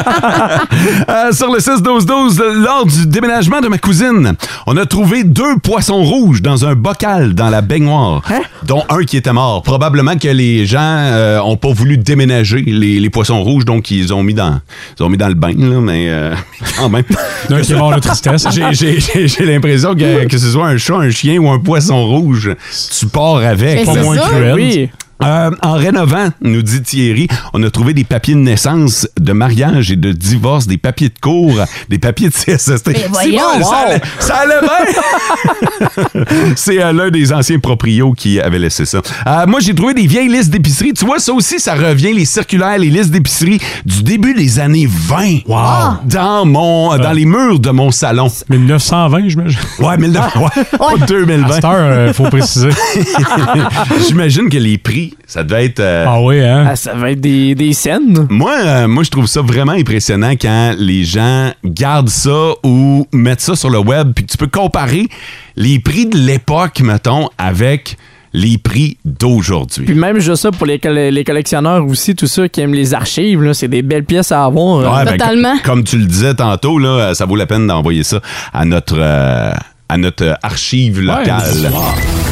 Speaker 3: Euh, sur le 6-12-12, euh, lors du déménagement de ma cousine, on a trouvé deux poissons rouges dans un bocal dans la baignoire, dont un qui était mort. Probablement que les gens euh, ont pas voulu déménager les, les poissons rouges, donc ils ont mis dans, ils ont mis dans le bain, là, mais euh, quand même.
Speaker 4: D'un qui est mort de tristesse.
Speaker 3: J'ai- j'ai- J'ai j'ai l'impression que, que ce soit un chat, un chien ou un poisson rouge, tu pars avec.
Speaker 4: Mais Pas c'est moins ça. cruel.
Speaker 3: Oui. Euh, en rénovant, nous dit Thierry, on a trouvé des papiers de naissance, de mariage et de divorce, des papiers de cours, des papiers de CSST.
Speaker 10: Mais
Speaker 3: C'est
Speaker 10: voyons,
Speaker 3: bon, ça
Speaker 10: wow.
Speaker 3: allait- ça allait bien. C'est euh, l'un des anciens proprios qui avait laissé ça. Euh, moi, j'ai trouvé des vieilles listes d'épicerie. Tu vois, ça aussi, ça revient, les circulaires, les listes d'épicerie du début des années 20.
Speaker 4: Ah!
Speaker 3: Wow! Dans, mon, euh, dans les murs de mon salon.
Speaker 4: 1920, j'imagine.
Speaker 3: Ouais, 1920. Ouais,
Speaker 4: Ouais.
Speaker 3: pas 2020.
Speaker 4: À cette heure, euh, faut préciser.
Speaker 3: J'imagine que les prix, ça devait être.
Speaker 4: Ah oui, hein?
Speaker 3: ça va être des, scènes. Moi, euh, moi, je trouve ça vraiment impressionnant quand les gens gardent ça ou mettent ça sur le web, puis que tu peux comparer les prix de l'époque, mettons, avec les prix d'aujourd'hui.
Speaker 6: Puis même juste ça pour les, coll- les collectionneurs aussi, tout ça qui aiment les archives, là, c'est des belles pièces à avoir. euh.
Speaker 3: Ouais, ben, com- comme tu le disais tantôt, là, euh, ça vaut la peine d'envoyer ça à notre, euh, à notre euh, archive locale.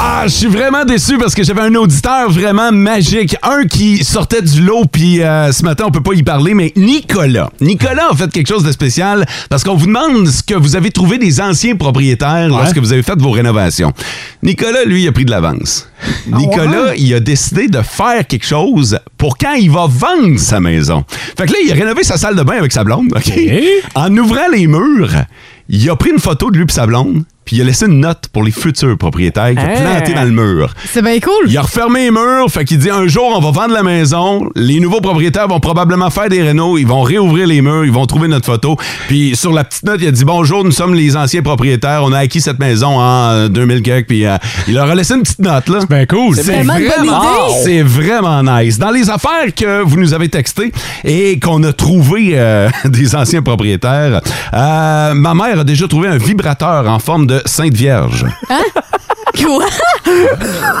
Speaker 3: Ah, je suis vraiment déçu parce que j'avais un auditeur vraiment magique. Un qui sortait du lot, puis euh, ce matin, on peut pas y parler, mais Nicolas. Nicolas a fait quelque chose de spécial parce qu'on vous demande ce que vous avez trouvé des anciens propriétaires lorsque vous avez fait vos rénovations. Nicolas, lui, il a pris de l'avance. Nicolas, il a décidé de faire quelque chose pour quand il va vendre sa maison. Fait que là, il a rénové sa salle de bain avec sa blonde, OK? En ouvrant les murs, il a pris une photo de lui et sa blonde, puis il a laissé une note pour les futurs propriétaires qu'il a
Speaker 5: Hein?
Speaker 3: planté dans le mur.
Speaker 5: C'est bien cool.
Speaker 3: Il a refermé les murs, fait qu'il dit un jour on va vendre la maison, les nouveaux propriétaires vont probablement faire des rénaux, ils vont réouvrir les murs, ils vont trouver notre photo. Puis sur la petite note, il a dit bonjour, nous sommes les anciens propriétaires, on a acquis cette maison en 2000 quelques, puis euh, il leur a laissé une petite note là. Oh, C'est
Speaker 4: bien cool.
Speaker 10: C'est tellement une bonne idée.
Speaker 3: C'est vraiment nice. Dans les affaires que vous nous avez textées et qu'on a trouvé euh, des anciens propriétaires, euh, ma mère a déjà trouvé un vibrateur en forme de Sainte Vierge.
Speaker 10: Hein?
Speaker 5: Quoi?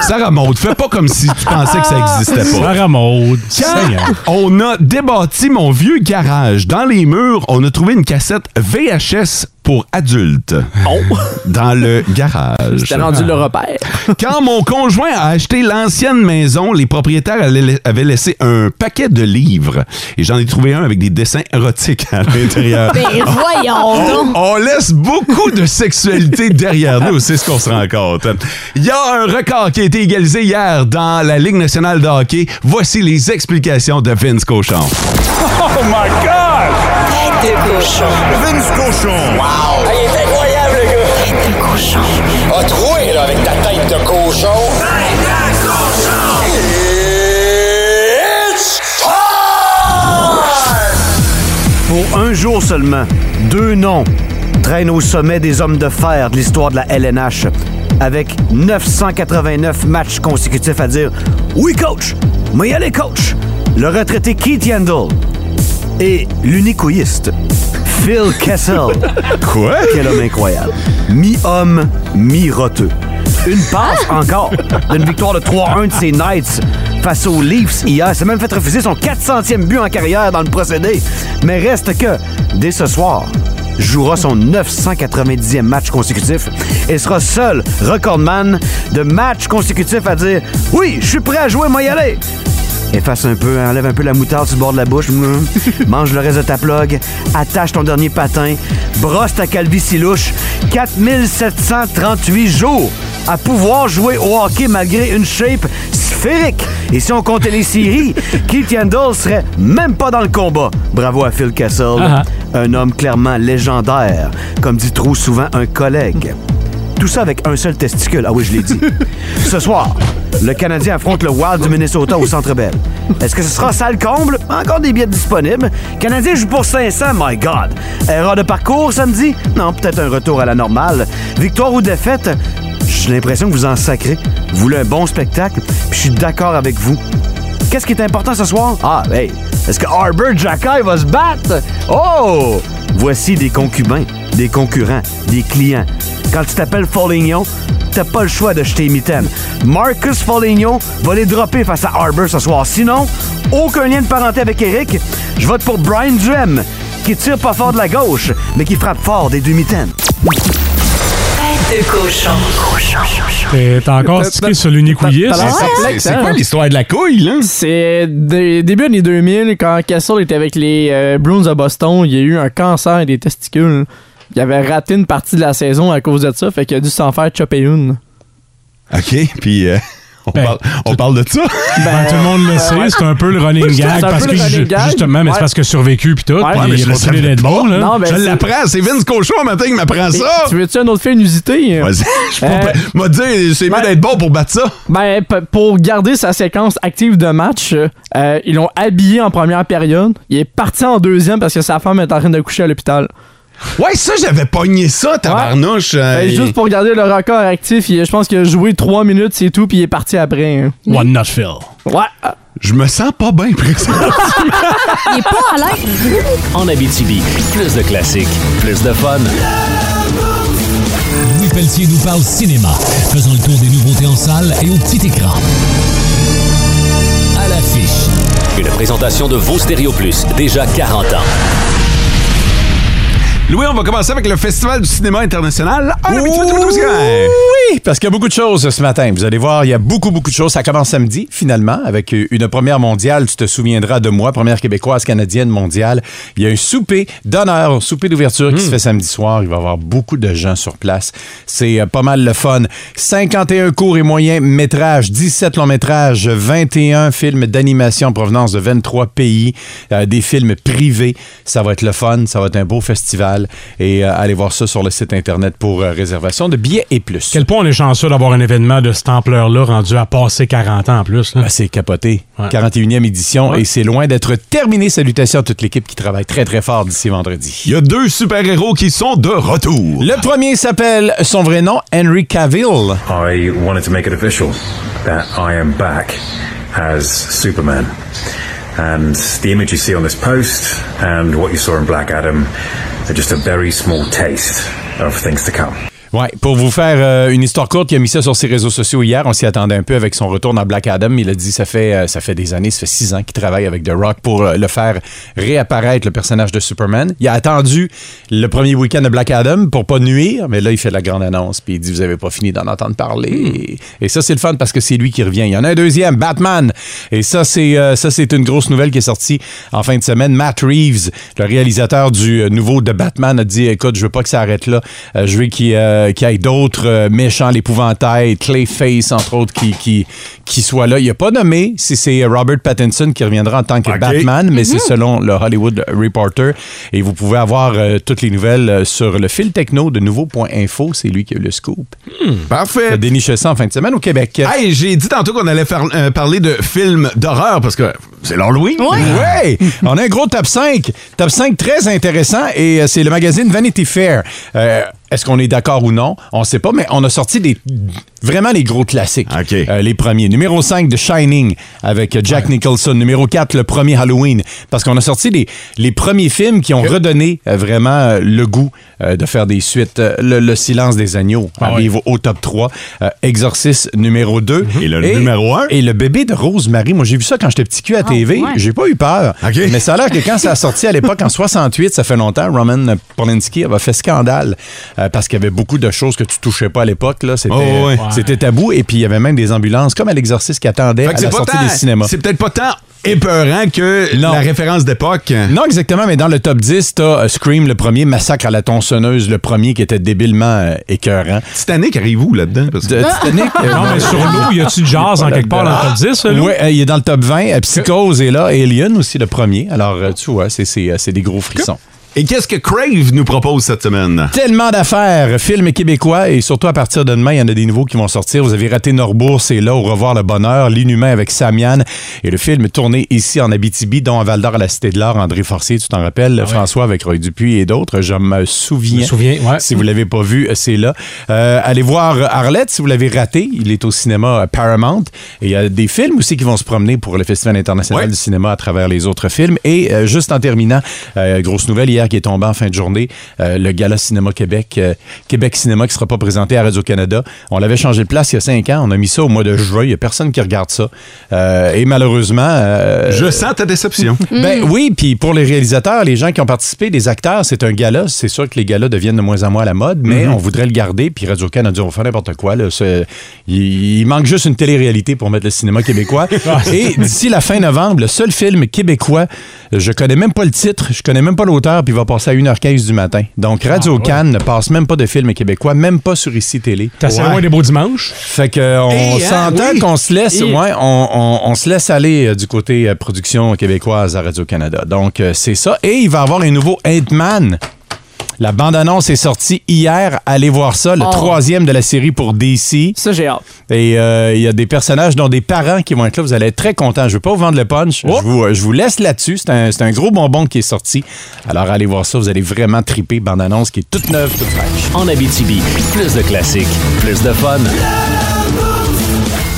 Speaker 3: Sarah Maud, fais pas comme si tu pensais que ça existait pas.
Speaker 4: Sarah Maud,
Speaker 3: Quand on a débâti mon vieux garage, dans les murs, on a trouvé une cassette VHS pour adultes. Dans le garage. Ah.
Speaker 6: J'étais Oh. rendu le repère.
Speaker 3: Quand mon conjoint a acheté l'ancienne maison, les propriétaires allaient- avaient laissé un paquet de livres. Et j'en ai trouvé un avec des dessins érotiques à l'intérieur.
Speaker 10: Ben, voyons donc.
Speaker 3: Euh, On laisse beaucoup de sexualité derrière nous, c'est ce qu'on se rend compte. Il y a un record qui a été égalisé hier dans la Ligue nationale de hockey. Voici les explications de Vince Cochon.
Speaker 10: Oh my God! Tête de cochon. Vince cochon. Wow! Ah, il est incroyable, le gars! Tête de cochon. A Ah, troué, là, avec ta tête de cochon. Tête de cochon! It's
Speaker 17: Pour un jour seulement, deux noms traînent au sommet des hommes de fer de l'histoire de la LNH. Avec 989 matchs consécutifs à dire Oui, coach, mais y aller, coach. Le retraité Keith Yandel et l'unicouilliste Phil Kessel.
Speaker 3: Quoi?
Speaker 17: Quel homme incroyable. Mi-homme, mi-roteux. Une passe encore d'une victoire de 3-1 de ses Knights face aux Leafs hier. C'est même fait refuser son 400e but en carrière dans le procédé. Mais reste que, dès ce soir, jouera son 990e match consécutif et sera seul recordman de match consécutif à dire « Oui, je suis prêt à jouer, moi y aller! » Efface un peu, enlève un peu la moutarde sur le bord de la bouche, mm, mange le reste de ta plug, attache ton dernier patin, brosse ta calvitie louche. 4738 jours à pouvoir jouer au hockey malgré une shape sphérique. Et si on comptait les séries, Keith Yandel serait même pas dans le combat. Bravo à Phil Kessel,
Speaker 10: Ah
Speaker 17: un homme clairement légendaire, comme dit trop souvent un collègue. Tout ça avec un seul testicule. Ah oui, je l'ai dit. Ce soir, le Canadien affronte le Wild du Minnesota au Centre Bell. Est-ce que ce sera salle comble? Encore des billets disponibles. Canadien joue pour 500, my God. Erreur de parcours samedi? Non, peut-être un retour à la normale. Victoire ou défaite? J'ai l'impression que vous en sacrez. Vous voulez un bon spectacle, puis je suis d'accord avec vous. Qu'est-ce qui est important ce soir? Ah, hey, est-ce que Arbor Jacky va se battre? Oh! Voici des concubins, des concurrents, des clients. Quand tu t'appelles Foligno, t'as pas le choix de jeter mitaine. Marcus Foligno va les dropper face à Arbor ce soir. Sinon, aucun lien de parenté avec Eric. Je vote pour Brian Duhem, qui tire pas fort de la gauche, mais qui frappe fort des deux mitaines.
Speaker 10: Tête de cochon.
Speaker 4: T'es t'es encore stické sur l'unicouillé.
Speaker 6: T'as- t'as l'air perplexe, hein?
Speaker 3: de la couille, là?
Speaker 6: C'est des- début années 2000, quand Castle était avec les euh, Bruins à Boston, il y a eu un cancer des testicules. Il avait raté une partie de la saison à cause de ça, fait qu'il a dû s'en faire chopper une.
Speaker 3: OK, puis euh, on, parle, on parle de ça.
Speaker 4: Ben, tout le monde le sait, c'est un peu le running
Speaker 3: C'est un
Speaker 4: gag.
Speaker 3: peu
Speaker 4: Parce
Speaker 3: le
Speaker 4: que
Speaker 3: running
Speaker 4: ju-
Speaker 3: gag,
Speaker 4: justement, mais
Speaker 3: ouais.
Speaker 4: c'est parce que survécu puis tout.
Speaker 3: Ouais,
Speaker 4: puis
Speaker 3: mais
Speaker 4: il
Speaker 3: je le
Speaker 4: a continué
Speaker 3: savais
Speaker 4: d'être
Speaker 3: pas.
Speaker 4: bon, là.
Speaker 3: Non, ben, Je c'est- l'apprends, c'est Vince Cochon un matin qui m'apprend
Speaker 6: Et-
Speaker 3: ça.
Speaker 6: Tu veux-tu un autre fait inusité?
Speaker 3: Vas-y, je peux pas- m'a dit, c'est mieux d'être bon pour battre ça.
Speaker 6: Ben, p- pour garder sa séquence active de match, euh, ils l'ont habillé en première période. Il est parti en deuxième parce que sa femme est en train de coucher à l'hôpital.
Speaker 3: Ouais, ça, j'avais pogné ça, tabarnouche. euh,
Speaker 6: Ben,
Speaker 3: et-
Speaker 6: juste pour garder le record actif, il- je pense qu'il a joué trois minutes, c'est tout, puis il est parti après. hein.
Speaker 4: One not Phil.
Speaker 6: Ouais.
Speaker 3: Je me sens pas bien, présentement.
Speaker 5: Il est pas à l'aise.
Speaker 2: En Abitibi, plus de classiques, plus de fun.
Speaker 18: Louis Pelletier nous parle cinéma. Faisons le tour des nouveautés en salle et au petit écran. À l'affiche.
Speaker 2: Une présentation de vos Stéréo Plus, déjà 40 ans.
Speaker 3: Louis, on va commencer avec le Festival du cinéma international. en Abitibi-Témiscamingue.
Speaker 12: Oui, parce qu'il y a beaucoup de choses ce matin. Vous allez voir, il y a beaucoup, beaucoup de choses. Ça commence samedi, finalement, avec une première mondiale. Tu te souviendras de moi, première québécoise canadienne mondiale. Il y a un souper d'honneur, un souper d'ouverture qui se fait samedi soir. Il va y avoir beaucoup de gens sur place. C'est euh, pas mal le fun. 51 courts et moyens métrages, 17 longs métrages, 21 films d'animation en provenance de 23 pays, euh, des films privés. Ça va être le fun, ça va être un beau festival. Et euh, allez voir ça sur le site Internet pour euh, réservation de billets et plus.
Speaker 4: Quel point on est chanceux d'avoir un événement de cette ampleur-là rendu à passer 40 ans en plus. là.
Speaker 12: Ben, c'est capoté.
Speaker 4: Ouais.
Speaker 12: 41e édition et c'est loin d'être terminé. Salutations à toute l'équipe qui travaille très très fort d'ici vendredi.
Speaker 3: Il y a deux super-héros qui sont de retour.
Speaker 12: Le premier s'appelle son vrai nom Henry Cavill.
Speaker 19: I wanted to make it official that I am back as Superman. And the image you see on this post and what you saw in Black Adam are just a very small taste of things to come.
Speaker 12: Ouais, pour vous faire euh, une histoire courte, il a mis ça sur ses réseaux sociaux hier. On s'y attendait un peu avec son retour dans Black Adam. Il a dit ça fait euh, ça fait des années, ça fait six ans qu'il travaille avec The Rock pour euh, le faire réapparaître le personnage de Superman. Il a attendu le premier week-end de Black Adam pour pas nuire, mais là il fait la grande annonce puis il dit vous avez pas fini d'en entendre parler. Et ça c'est le fun parce que c'est lui qui revient. Il y en a un deuxième, Batman. Et ça c'est euh, ça c'est une grosse nouvelle qui est sortie en fin de semaine. Matt Reeves, le réalisateur du euh, nouveau de Batman, a dit écoute je veux pas que ça arrête là. Euh, je veux qu'il euh, qu'il y ait d'autres euh, méchants, l'épouvantail, Clayface, entre autres, qui, qui, qui soient là. Il a pas nommé si c'est Robert Pattinson qui reviendra en tant que Batman, mais c'est selon le Hollywood Reporter. Et vous pouvez avoir euh, toutes les nouvelles euh, sur le fil techno de nouveau.info. C'est lui qui a eu le scoop.
Speaker 3: Hmm. Parfait.
Speaker 12: déniché ça en fin de semaine au Québec.
Speaker 3: Hey, j'ai dit tantôt qu'on allait faire- euh, parler de films d'horreur parce que c'est l'Halloween.
Speaker 12: Ouais. On a un gros top 5. Top 5 très intéressant et euh, c'est le magazine Vanity Fair. Euh, Est-ce qu'on est d'accord ou non? On sait pas, mais on a sorti des vraiment les gros classiques. Euh, les premiers. Numéro 5, The Shining avec euh, Jack Nicholson. Numéro 4, le premier Halloween. Parce qu'on a sorti les, les premiers films qui ont redonné euh, vraiment euh, le goût euh, de faire des suites. Euh, le, Le silence des agneaux arrive au- au top 3. Euh, Exorciste numéro 2. Et le
Speaker 3: numéro
Speaker 12: 1. Et le bébé de Rosemary. Moi, j'ai vu ça quand j'étais petit cul à TV.
Speaker 3: ouais.
Speaker 12: J'ai pas eu peur. Mais ça a l'air que quand ça a sorti à l'époque, en 68, ça fait longtemps, Roman Polanski avait fait scandale euh, parce qu'il y avait beaucoup de choses que tu touchais pas à l'époque. là. C'était
Speaker 3: Oh, ouais.
Speaker 12: c'était tabou. Et puis, il y avait même des ambulances, comme à l'exorciste, qui attendaient
Speaker 3: Fait que
Speaker 12: à
Speaker 3: c'est
Speaker 12: la
Speaker 3: pas
Speaker 12: sortie
Speaker 3: tant-
Speaker 12: des cinémas.
Speaker 3: c'est peut-être pas tant épeurant que la référence d'époque.
Speaker 12: Non, exactement, mais dans le top 10, t'as euh, Scream, le premier, Massacre à la tronçonneuse, le premier qui était débilement euh, écœurant.
Speaker 3: Titanic, arrive-vous là-dedans?
Speaker 12: Titanic. euh,
Speaker 4: Non, mais sur l'eau, y a-tu jazz en quelque part dans le top 10, là, Lou?
Speaker 12: Oui, il est dans le top 20. Euh, Psychose est là, Alien aussi, le premier. Alors, euh, tu vois, c'est- c'est euh, c'est des gros frissons.
Speaker 3: Et qu'est-ce que Crave nous propose cette semaine?
Speaker 12: Tellement d'affaires, films québécois et surtout à partir de demain, il y en a des nouveaux qui vont sortir. Vous avez raté Norbourg, c'est là, au revoir le bonheur, l'inhumain avec Samian et le film tourné ici en Abitibi, dont à Val d'Or à la Cité de l'Art, André Forcier, tu t'en rappelles, François avec Roy Dupuis et d'autres. Je me souviens.
Speaker 4: Ah Je me souviens, ouais.
Speaker 12: Si vous l'avez pas vu, c'est là. Euh, allez voir Arlette si vous l'avez raté. Il est au cinéma euh, Paramount. Et il y a des films aussi qui vont se promener pour le Festival international du cinéma à travers les autres films. Et euh, juste en terminant, euh, grosse nouvelle hier qui est tombée en fin de journée, euh, le Gala Cinéma Québec, euh, Québec Cinéma qui sera pas présenté à Radio-Canada. On l'avait changé de place il y a cinq ans. On a mis ça au mois de juin. Il y a personne qui regarde ça. Euh, et malheureusement... euh,
Speaker 3: Je sens ta déception.
Speaker 12: Ben oui, puis pour les réalisateurs, les gens qui ont participé, les acteurs, c'est un gala. C'est sûr que les galas deviennent de moins en moins à la mode, mais
Speaker 3: Mhm.
Speaker 12: on voudrait le garder. Puis Radio-Can a dit on va faire n'importe quoi. là. C'est- Il, il manque juste une télé-réalité pour mettre le cinéma québécois. Et d'ici la fin novembre, le seul film québécois, je connais même pas le titre, je connais même pas l'auteur, puis il va passer à 1h15 du matin. Donc Radio-Can ne passe même pas de film québécois, même pas sur ICI Télé.
Speaker 4: T'as assez
Speaker 12: Ouais.
Speaker 4: loin des beaux dimanches?
Speaker 12: Fait que on
Speaker 4: Eh, hein,
Speaker 12: s'entend
Speaker 4: oui.
Speaker 12: qu'on se laisse,
Speaker 4: Eh.
Speaker 12: ouais, on, on- on se laisse aller euh, du côté euh, production québécoise à Radio Canada. Donc euh, c'est ça. Et il va y avoir un nouveau Ant-Man. La bande-annonce est sortie hier. Allez voir ça, le
Speaker 6: Oh.
Speaker 12: troisième de la série pour DC.
Speaker 6: Ça, j'ai hâte.
Speaker 12: Et euh, il y a des personnages, dont des parents qui vont être là. Vous allez être très contents. Je ne veux pas vous vendre le punch.
Speaker 6: Oh.
Speaker 12: Je, vous, euh, je vous laisse là-dessus. C'est un, c'est un gros bonbon qui est sorti. Alors allez voir ça. Vous allez vraiment triper. Bande-annonce qui est toute neuve, toute fraîche.
Speaker 2: En Abitibi, plus de classiques, plus de fun.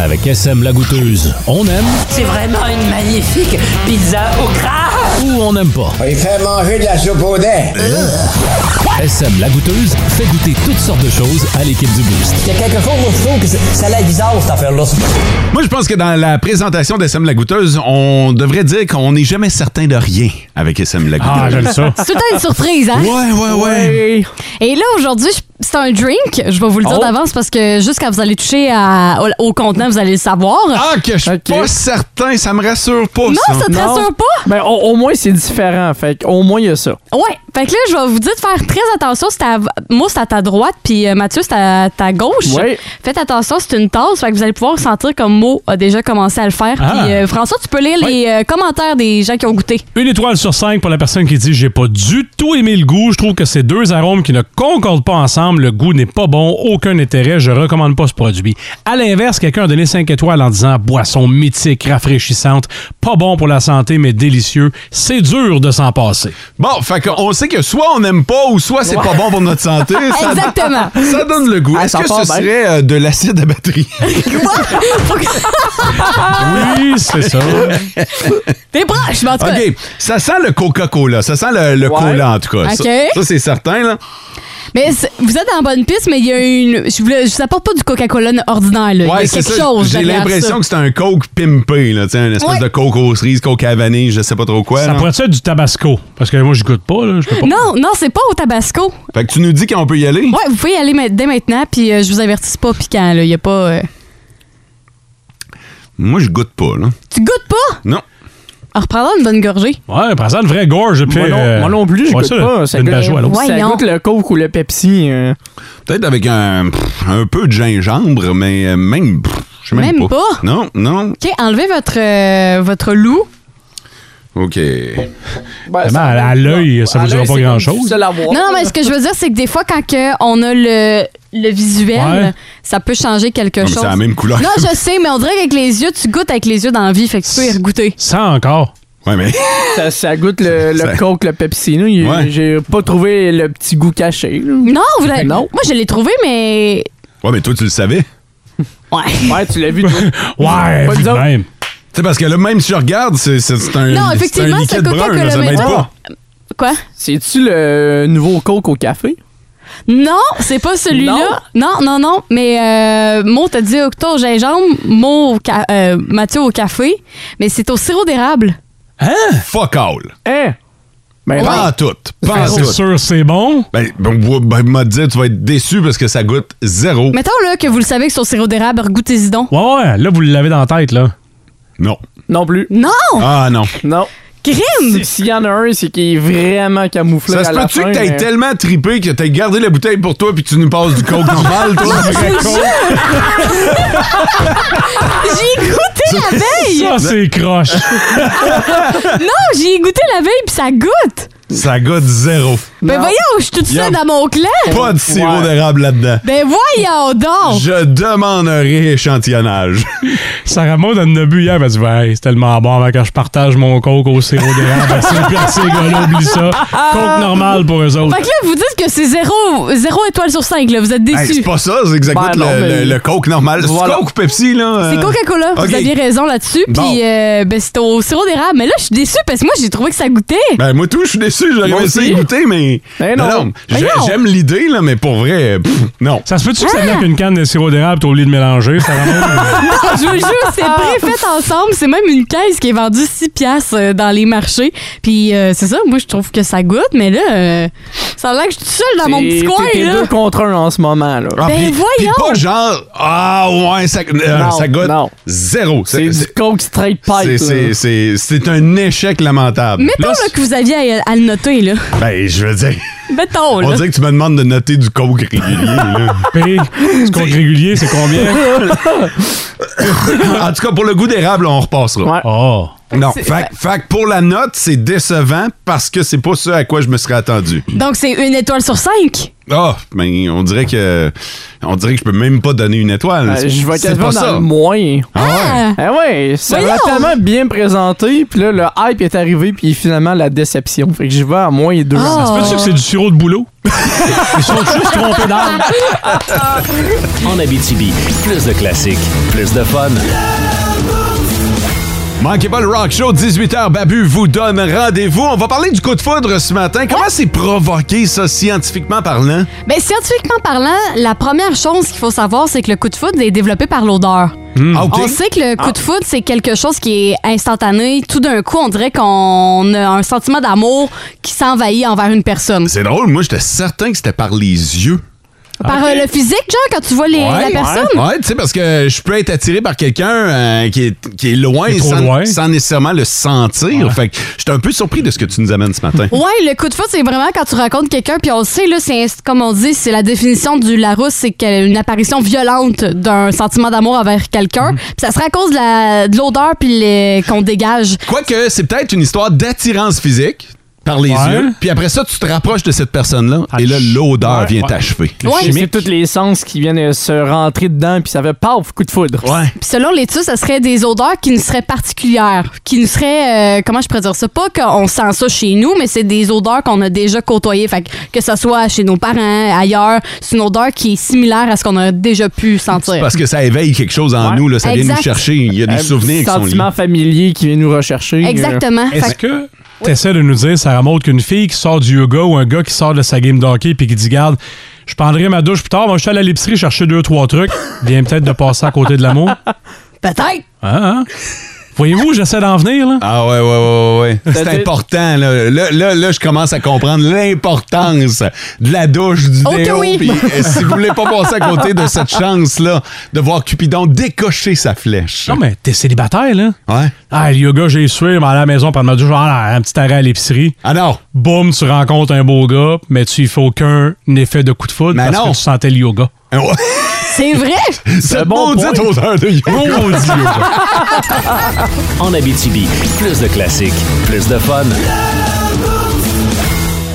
Speaker 18: Avec SM La Goûteuse, on aime
Speaker 10: C'est vraiment une magnifique pizza au gras.
Speaker 18: ou on n'aime pas.
Speaker 10: Il fait manger de la soupe au dent.
Speaker 18: SM La Goûteuse fait goûter toutes sortes de choses à l'équipe du Boost.
Speaker 7: Il y a quelque chose où je trouve que c'est- ça a l'air bizarre, cette affaire-là.
Speaker 3: Moi, je pense que dans la présentation d'SM La Goûteuse, on devrait dire qu'on n'est jamais certain de rien avec SM La Goûteuse.
Speaker 4: Ah, j'aime ça.
Speaker 5: C'est tout le temps une surprise, hein?
Speaker 3: Ouais, ouais, ouais.
Speaker 5: Et là, aujourd'hui, je- c'est un drink. Je vais vous le dire
Speaker 3: Oh.
Speaker 5: d'avance parce que juste quand vous allez toucher à- au, au contenant, vous allez le savoir.
Speaker 3: Ah, que je suis pas certain, ça me rassure pas.
Speaker 5: Non, ça te rassure pas?
Speaker 6: Mais Ben, au, au moins, c'est différent. Fait au moins, il y a ça.
Speaker 5: Ouais, fait que là, je vais vous dire de faire très attention. C'est à- moi, c'est à ta droite, puis euh, Mathieu, c'est à ta gauche.
Speaker 6: Ouais.
Speaker 5: Faites attention, c'est une tasse, fait que vous allez pouvoir sentir comme Mo a déjà commencé à le faire.
Speaker 4: Ah.
Speaker 5: Puis euh, François, tu peux lire les euh, commentaires des gens qui ont goûté.
Speaker 4: Une étoile sur cinq pour la personne qui dit j'ai pas du tout aimé le goût. Je trouve que ces deux arômes qui ne concordent pas ensemble, le goût n'est pas bon, aucun intérêt, je recommande pas ce produit. À l'inverse, quelqu'un a donné 5 étoiles en disant boisson mythique, rafraîchissante, pas bon pour la santé mais délicieux. C'est dur de s'en passer.
Speaker 3: Bon, fait qu'on sait que soit on n'aime pas ou soit c'est
Speaker 4: Ouais.
Speaker 3: pas bon pour notre santé. Ça-
Speaker 5: Exactement.
Speaker 3: Ça donne le goût.
Speaker 4: Ah,
Speaker 3: Est-ce
Speaker 4: ça
Speaker 3: que
Speaker 4: part
Speaker 3: ce
Speaker 4: bien.
Speaker 3: serait euh, de l'acide à batterie?
Speaker 4: oui, c'est ça.
Speaker 5: T'es proche, mais en tout cas.
Speaker 3: OK. Ça sent le Coca-Cola. Ça sent le, le cola, en tout cas. Ça-
Speaker 5: OK.
Speaker 3: Ça, c'est certain, là.
Speaker 5: Mais c'est- vous êtes en bonne piste, mais il y a une. Je voulais- je vous apporte pas du Coca-Cola ordinaire, là. Il y a
Speaker 3: Ouais, c'est
Speaker 5: quelque
Speaker 3: ça.
Speaker 5: chose.
Speaker 3: J'ai
Speaker 5: derrière
Speaker 3: l'impression
Speaker 5: ça.
Speaker 3: que c'est un Coke pimpé, là. Tu sais, une espèce
Speaker 5: Ouais.
Speaker 3: de Coke aux cerises, Coke à vanille, je sais pas trop quoi.
Speaker 4: ça
Speaker 3: là.
Speaker 4: pourrait être du tabasco parce que moi je goûte pas là, je peux pas.
Speaker 5: Non, non, c'est pas au Tabasco.
Speaker 3: Fait que tu nous dis qu'on peut y aller?
Speaker 5: Ouais, vous pouvez y aller ma- dès maintenant, puis euh, je vous avertis c'est pas piquant, là. Il y a pas. euh,
Speaker 3: Moi, je goûte pas, là.
Speaker 5: Tu goûtes pas?
Speaker 3: Non.
Speaker 5: En reprendant une bonne gorgée.
Speaker 4: Ouais, prends ça une vraie gorge puis
Speaker 6: Moi non,
Speaker 4: euh,
Speaker 6: moi non plus, je
Speaker 4: ouais,
Speaker 6: goûte
Speaker 4: ça,
Speaker 6: pas.
Speaker 4: d'une
Speaker 6: goûte,
Speaker 4: bajoue à l'autre.
Speaker 6: ça goûte le Coke ou le Pepsi. euh.
Speaker 3: Peut-être avec un, pff, un peu de gingembre, mais euh, même. pff, je sais même,
Speaker 5: Même
Speaker 3: pas.
Speaker 5: pas?
Speaker 3: Non, non.
Speaker 5: OK, enlevez votre, euh, votre loup.
Speaker 3: OK.
Speaker 6: Ben,
Speaker 4: Vraiment, à à l'œil, ça vous dira pas grand-chose.
Speaker 5: Non, non, mais ce que je veux dire, c'est que des fois, quand que on a le, le visuel,
Speaker 4: Ouais.
Speaker 5: ça peut changer quelque
Speaker 4: Non, mais
Speaker 5: chose.
Speaker 4: c'est la même couleur.
Speaker 5: Non, je sais, mais on dirait qu'avec les yeux, tu goûtes avec les yeux dans la vie, fait que tu peux y regoûter.
Speaker 4: Ça encore.
Speaker 3: Ouais, mais.
Speaker 6: Ça, ça goûte le, le
Speaker 4: Ça-
Speaker 6: Coke, le Pepsi. là. Il-
Speaker 4: Ouais.
Speaker 6: J'ai pas trouvé le petit goût caché. là.
Speaker 5: Non, vous l'avez-
Speaker 6: Non.
Speaker 5: Moi, je l'ai trouvé, mais.
Speaker 3: Ouais, mais toi, tu le savais.
Speaker 5: Ouais.
Speaker 6: Ouais, tu l'as vu. toi.
Speaker 4: Ouais,
Speaker 6: Pas nous autres.
Speaker 4: même.
Speaker 3: Tu sais, parce que là, même si je regarde, c'est c'est- c'est un.
Speaker 5: Non,
Speaker 3: c'est
Speaker 5: effectivement,
Speaker 3: un
Speaker 5: c'est
Speaker 3: liquide brun,
Speaker 5: Coca-Cola,
Speaker 3: là, ça
Speaker 5: mais-
Speaker 3: m'aide
Speaker 5: Ah.
Speaker 3: pas.
Speaker 5: Quoi?
Speaker 6: C'est-tu le nouveau Coke au café?
Speaker 5: Non, c'est pas celui-là. Non, non, non. Mais euh, Mo, t'as dit octo au gingembre, Mo, au ca- euh, Mathieu au café, mais c'est au sirop d'érable.
Speaker 4: Hein?
Speaker 3: Fuck all.
Speaker 6: Hein? Ben
Speaker 3: pas
Speaker 6: non.
Speaker 3: en tout. Pas
Speaker 6: C'est
Speaker 3: sûr,
Speaker 4: c'est bon?
Speaker 3: Ben, ben, ben, m'a dit, tu vas être déçu parce que ça goûte zéro.
Speaker 5: Mettons là que vous le savez que sur le sirop d'érable, goûtez-y donc.
Speaker 4: Ouais, ouais, là, vous l'avez dans la tête, là.
Speaker 3: Non.
Speaker 6: Non plus.
Speaker 5: Non!
Speaker 3: Ah non.
Speaker 6: Non.
Speaker 5: Crime!
Speaker 6: S'il y en a un, c'est qu'il est vraiment camouflé.
Speaker 3: Ça se
Speaker 6: à la
Speaker 3: peut-tu
Speaker 6: fin,
Speaker 3: que t'aies
Speaker 6: mais-
Speaker 3: tellement tripé que t'aies gardé la bouteille pour toi puis tu nous passes du coke normal, toi?
Speaker 10: Non, je vous
Speaker 5: J'ai goûté la veille!
Speaker 4: Ça, c'est croche.
Speaker 5: non, j'ai Oh, goûté la veille puis ça goûte!
Speaker 3: Ça goûte zéro.
Speaker 5: Ben voyons, je suis toute
Speaker 3: Yum.
Speaker 5: seule dans mon clan!
Speaker 3: Pas de sirop d'érable là-dedans.
Speaker 5: Ben voyons donc!
Speaker 3: Je demande un rééchantillonnage.
Speaker 4: Sarah Maud, elle en a bu hier, elle m'a dit Ben, Hey, c'est tellement bon avant que je partage mon coke au sirop d'érable. C'est pire, ces gars-là, oublie ça. Coke normal pour eux autres.
Speaker 5: Fait que là, vous dites que c'est zéro, zéro étoile sur cinq, là, vous êtes
Speaker 3: Hey,
Speaker 5: déçus.
Speaker 3: c'est pas ça, c'est exactement
Speaker 5: Ben non,
Speaker 3: le,
Speaker 5: mais-
Speaker 3: le- le coke normal.
Speaker 5: Voilà.
Speaker 3: C'est coke ou Pepsi, là? euh?
Speaker 5: C'est Coca-Cola,
Speaker 3: OK.
Speaker 5: vous aviez raison là-dessus.
Speaker 3: Bon.
Speaker 5: Puis, euh, ben, c'est au sirop d'érable. Mais là, je suis déçue parce que moi, j'ai trouvé que ça goûtait.
Speaker 3: Ben, moi, tout, je suis déçu.
Speaker 5: Moi
Speaker 3: J'aurais essayé
Speaker 5: aussi.
Speaker 3: de goûter, mais.
Speaker 5: Ben non.
Speaker 3: j'ai-
Speaker 5: Ben non.
Speaker 3: J'aime l'idée, là, mais pour vrai, pff, non.
Speaker 4: Ça se peut-tu que ça vient avec une canne de sirop d'érable, t'as oublié de mélanger, Sarah Maud?
Speaker 3: Ben.
Speaker 5: non, je vous le jure,
Speaker 3: Ah.
Speaker 5: c'est préfait ensemble. C'est même une caisse qui est vendue 6 piastres euh, dans les marchés. Puis, euh, c'est ça, moi, je trouve que ça goûte. Mais là, euh, ça a l'air que je suis toute seule dans mon
Speaker 6: T'es-
Speaker 5: petit coin,
Speaker 6: t'es- T'es
Speaker 5: là. Ben
Speaker 6: deux contre un en ce moment, là.
Speaker 3: Ah, puis- puis pas genre, ah ouais, ça, euh,
Speaker 6: Non,
Speaker 3: ça goûte
Speaker 6: non.
Speaker 3: zéro.
Speaker 6: C'est du coke straight pipe.
Speaker 3: c'est- c'est-
Speaker 6: là.
Speaker 3: c'est- C'est un échec lamentable.
Speaker 5: Mettons
Speaker 3: Là,
Speaker 5: là, que vous aviez à, à le noter, là.
Speaker 3: Ben, je veux dire,
Speaker 5: Mettons,
Speaker 3: on
Speaker 5: Oh, là.
Speaker 3: dirait que tu me demandes de noter du coke régulier. là.
Speaker 4: du coke régulier, c'est combien?
Speaker 3: en tout cas, pour le goût d'érable, on repassera. Oh. Non,
Speaker 5: C'est-
Speaker 3: fait, fait que pour la note, c'est décevant parce que c'est pas ce à quoi je me serais attendu.
Speaker 5: Donc, c'est une étoile sur cinq.
Speaker 3: Ah, mais on dirait que on dirait que je peux même pas donner une étoile.
Speaker 6: Euh, je vais
Speaker 3: C'est
Speaker 6: quasiment
Speaker 3: pas
Speaker 6: dans
Speaker 3: ça.
Speaker 6: le moins.
Speaker 5: Ah!
Speaker 6: Ah ouais, ça
Speaker 5: Voyons!
Speaker 6: l'a tellement bien présenté, puis là, le hype est arrivé, puis finalement, la déception. Fait que je vais à moins deux.
Speaker 4: Ça
Speaker 5: Ah.
Speaker 4: se peut-tu que c'est du sirop de boulot? Ils sont juste trompés d'arbre.
Speaker 2: En Abitibi, plus de classiques, plus de fun.
Speaker 3: Manquez pas le Rock Show, 18h, Babu vous donne rendez-vous. On va parler du coup de foudre ce matin. Comment c'est provoqué, ça, scientifiquement parlant?
Speaker 5: Ben, scientifiquement parlant, la première chose qu'il faut savoir, c'est que le coup de foudre est développé par l'odeur.
Speaker 3: Ah, ok.
Speaker 5: On sait que le coup
Speaker 3: Ah.
Speaker 5: de foudre, c'est quelque chose qui est instantané. Tout d'un coup, on dirait qu'on a un sentiment d'amour qui s'envahit envers une personne.
Speaker 3: C'est drôle, moi, j'étais certain que c'était par les yeux.
Speaker 5: Par euh, le physique, genre, quand tu vois les- la personne.
Speaker 3: Ah, Ouais, ouais, tu sais, parce que je peux être attiré par quelqu'un euh, qui, est, qui est loin,
Speaker 4: Qui est trop
Speaker 3: sans,
Speaker 4: loin.
Speaker 3: sans nécessairement le sentir. Fait que j'étais un peu surpris de ce que tu nous amènes ce matin.
Speaker 5: Ouais, le coup de foudre, c'est vraiment quand tu rencontres quelqu'un, puis on le sait, là, c'est comme on dit, c'est la définition du Larousse, c'est qu'elle- une apparition violente d'un sentiment d'amour envers
Speaker 3: Hmm.
Speaker 5: quelqu'un. Puis ça serait à cause de la- de l'odeur puis les- qu'on dégage.
Speaker 3: Quoique, c'est peut-être une histoire d'attirance physique par les
Speaker 6: Ouais.
Speaker 3: yeux. Puis après ça, tu te rapproches de cette personne-là. Et là, l'odeur
Speaker 6: Ouais,
Speaker 3: vient
Speaker 6: ouais.
Speaker 3: t'achever.
Speaker 6: C'est- C'est tous les sens qui viennent euh, se rentrer dedans, puis ça fait paf, coup de foudre.
Speaker 3: Ouais.
Speaker 5: Puis selon l'étude, ça serait des odeurs qui nous seraient particulières, qui nous seraient, euh, comment je pourrais dire ça, pas qu'on sent ça chez nous, mais c'est des odeurs qu'on a déjà côtoyées. Fait que, que ça soit chez nos parents, ailleurs, c'est une odeur qui est similaire à ce qu'on a déjà pu sentir.
Speaker 3: Parce que ça éveille quelque chose en
Speaker 5: Ouais.
Speaker 3: nous. Là, ça vient
Speaker 5: Exact.
Speaker 3: nous chercher. Il y a des
Speaker 6: Un
Speaker 3: souvenirs
Speaker 6: petit
Speaker 3: qui sont liés.
Speaker 6: sentiment familier qui vient nous rechercher. euh.
Speaker 5: Exactement.
Speaker 4: Est-ce
Speaker 5: Fait-
Speaker 4: que t'essaies de nous dire, Sarah Maud, qu'une fille qui sort du yoga ou un gars qui sort de sa game d'hockey puis qui dit Garde, je prendrai ma douche plus tard, moi je suis allé à l'épicerie chercher deux, trois trucs, vient peut-être de passer à côté de l'amour.
Speaker 5: Peut-être.
Speaker 4: Hein, hein? Voyez-vous, j'essaie d'en venir, là.
Speaker 3: Ah ouais, ouais, ouais, ouais, ouais. C'est
Speaker 4: Ça dit-
Speaker 3: important. Là. Là, là, là, je commence à comprendre l'importance de la douche, du
Speaker 10: Oh que
Speaker 3: déo.
Speaker 10: oui.
Speaker 3: Puis, euh, si vous voulez pas passer à côté de cette chance-là de voir Cupidon décocher sa flèche.
Speaker 4: Non, Ah, mais t'es célibataire, là.
Speaker 3: Ouais.
Speaker 4: Ah, le yoga, j'ai sué, je vais aller à la maison prendre ma douche, je vais aller à ah, un petit arrêt à l'épicerie.
Speaker 3: Ah non.
Speaker 4: Boum, tu rencontres un beau gars, mais tu y fais aucun effet de coup de foudre parce
Speaker 3: non. Ah,
Speaker 4: que tu sentais le yoga.
Speaker 5: C'est vrai?
Speaker 4: C'est
Speaker 3: Cette
Speaker 4: bon
Speaker 3: maudite
Speaker 4: point.
Speaker 3: odeur de yoga.
Speaker 4: Maudit yoga.
Speaker 2: En Abitibi, plus de classiques, plus de fun.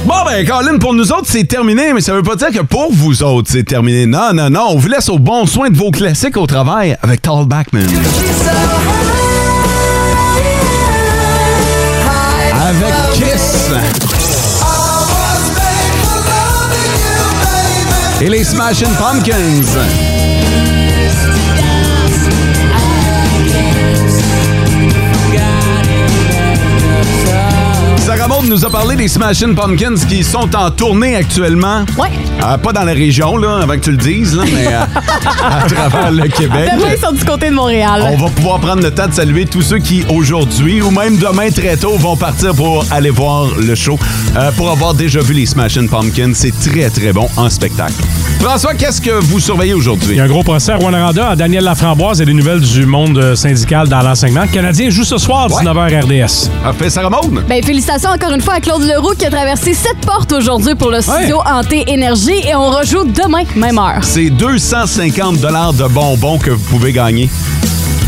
Speaker 3: Bon, ben, Colin, pour nous autres, c'est terminé, mais ça veut pas dire que pour vous autres, c'est terminé. Non, non, non. On vous laisse au bon soin de vos classiques au travail avec Tal Backman. Avec Kiss. Et les Smashing Pumpkins. Sarah Maud nous a parlé des Smashing Pumpkins qui sont en tournée actuellement.
Speaker 5: Ouais.
Speaker 3: Euh, pas dans la région, là, avant que tu le dises, là, mais euh, à travers le Québec.
Speaker 5: Demain, ils sont du côté de Montréal.
Speaker 3: Ben, euh, On va pouvoir prendre le temps de saluer tous ceux qui, aujourd'hui ou même demain très tôt, vont partir pour aller voir le show. Euh, pour avoir déjà vu les Smashing Pumpkins, c'est très, très bon en spectacle. François, qu'est-ce que vous surveillez aujourd'hui?
Speaker 4: Il y a un gros procès à Rwanda à Daniel Laframboise et les nouvelles du monde euh, syndical dans l'enseignement. Le Canadien joue ce soir, 19h RDS.
Speaker 3: Parfait, Sarah Maud?
Speaker 5: Ben, félicitations encore une fois à Claude Leroux qui a traversé sept portes aujourd'hui pour le studio Hanté Énergie et on rejoue demain, même heure.
Speaker 3: C'est 250 de bonbons que vous pouvez gagner.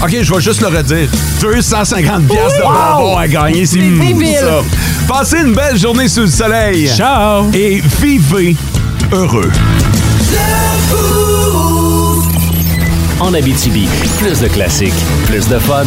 Speaker 3: OK, je vais juste le redire. 250 piastres de
Speaker 10: Wow!
Speaker 3: bonbons à gagner, c'est fou,
Speaker 10: débile.
Speaker 3: ça. Passez une belle journée sous le soleil.
Speaker 4: Ciao!
Speaker 3: Et vivez heureux.
Speaker 2: En Abitibi, plus de classiques, plus de fun.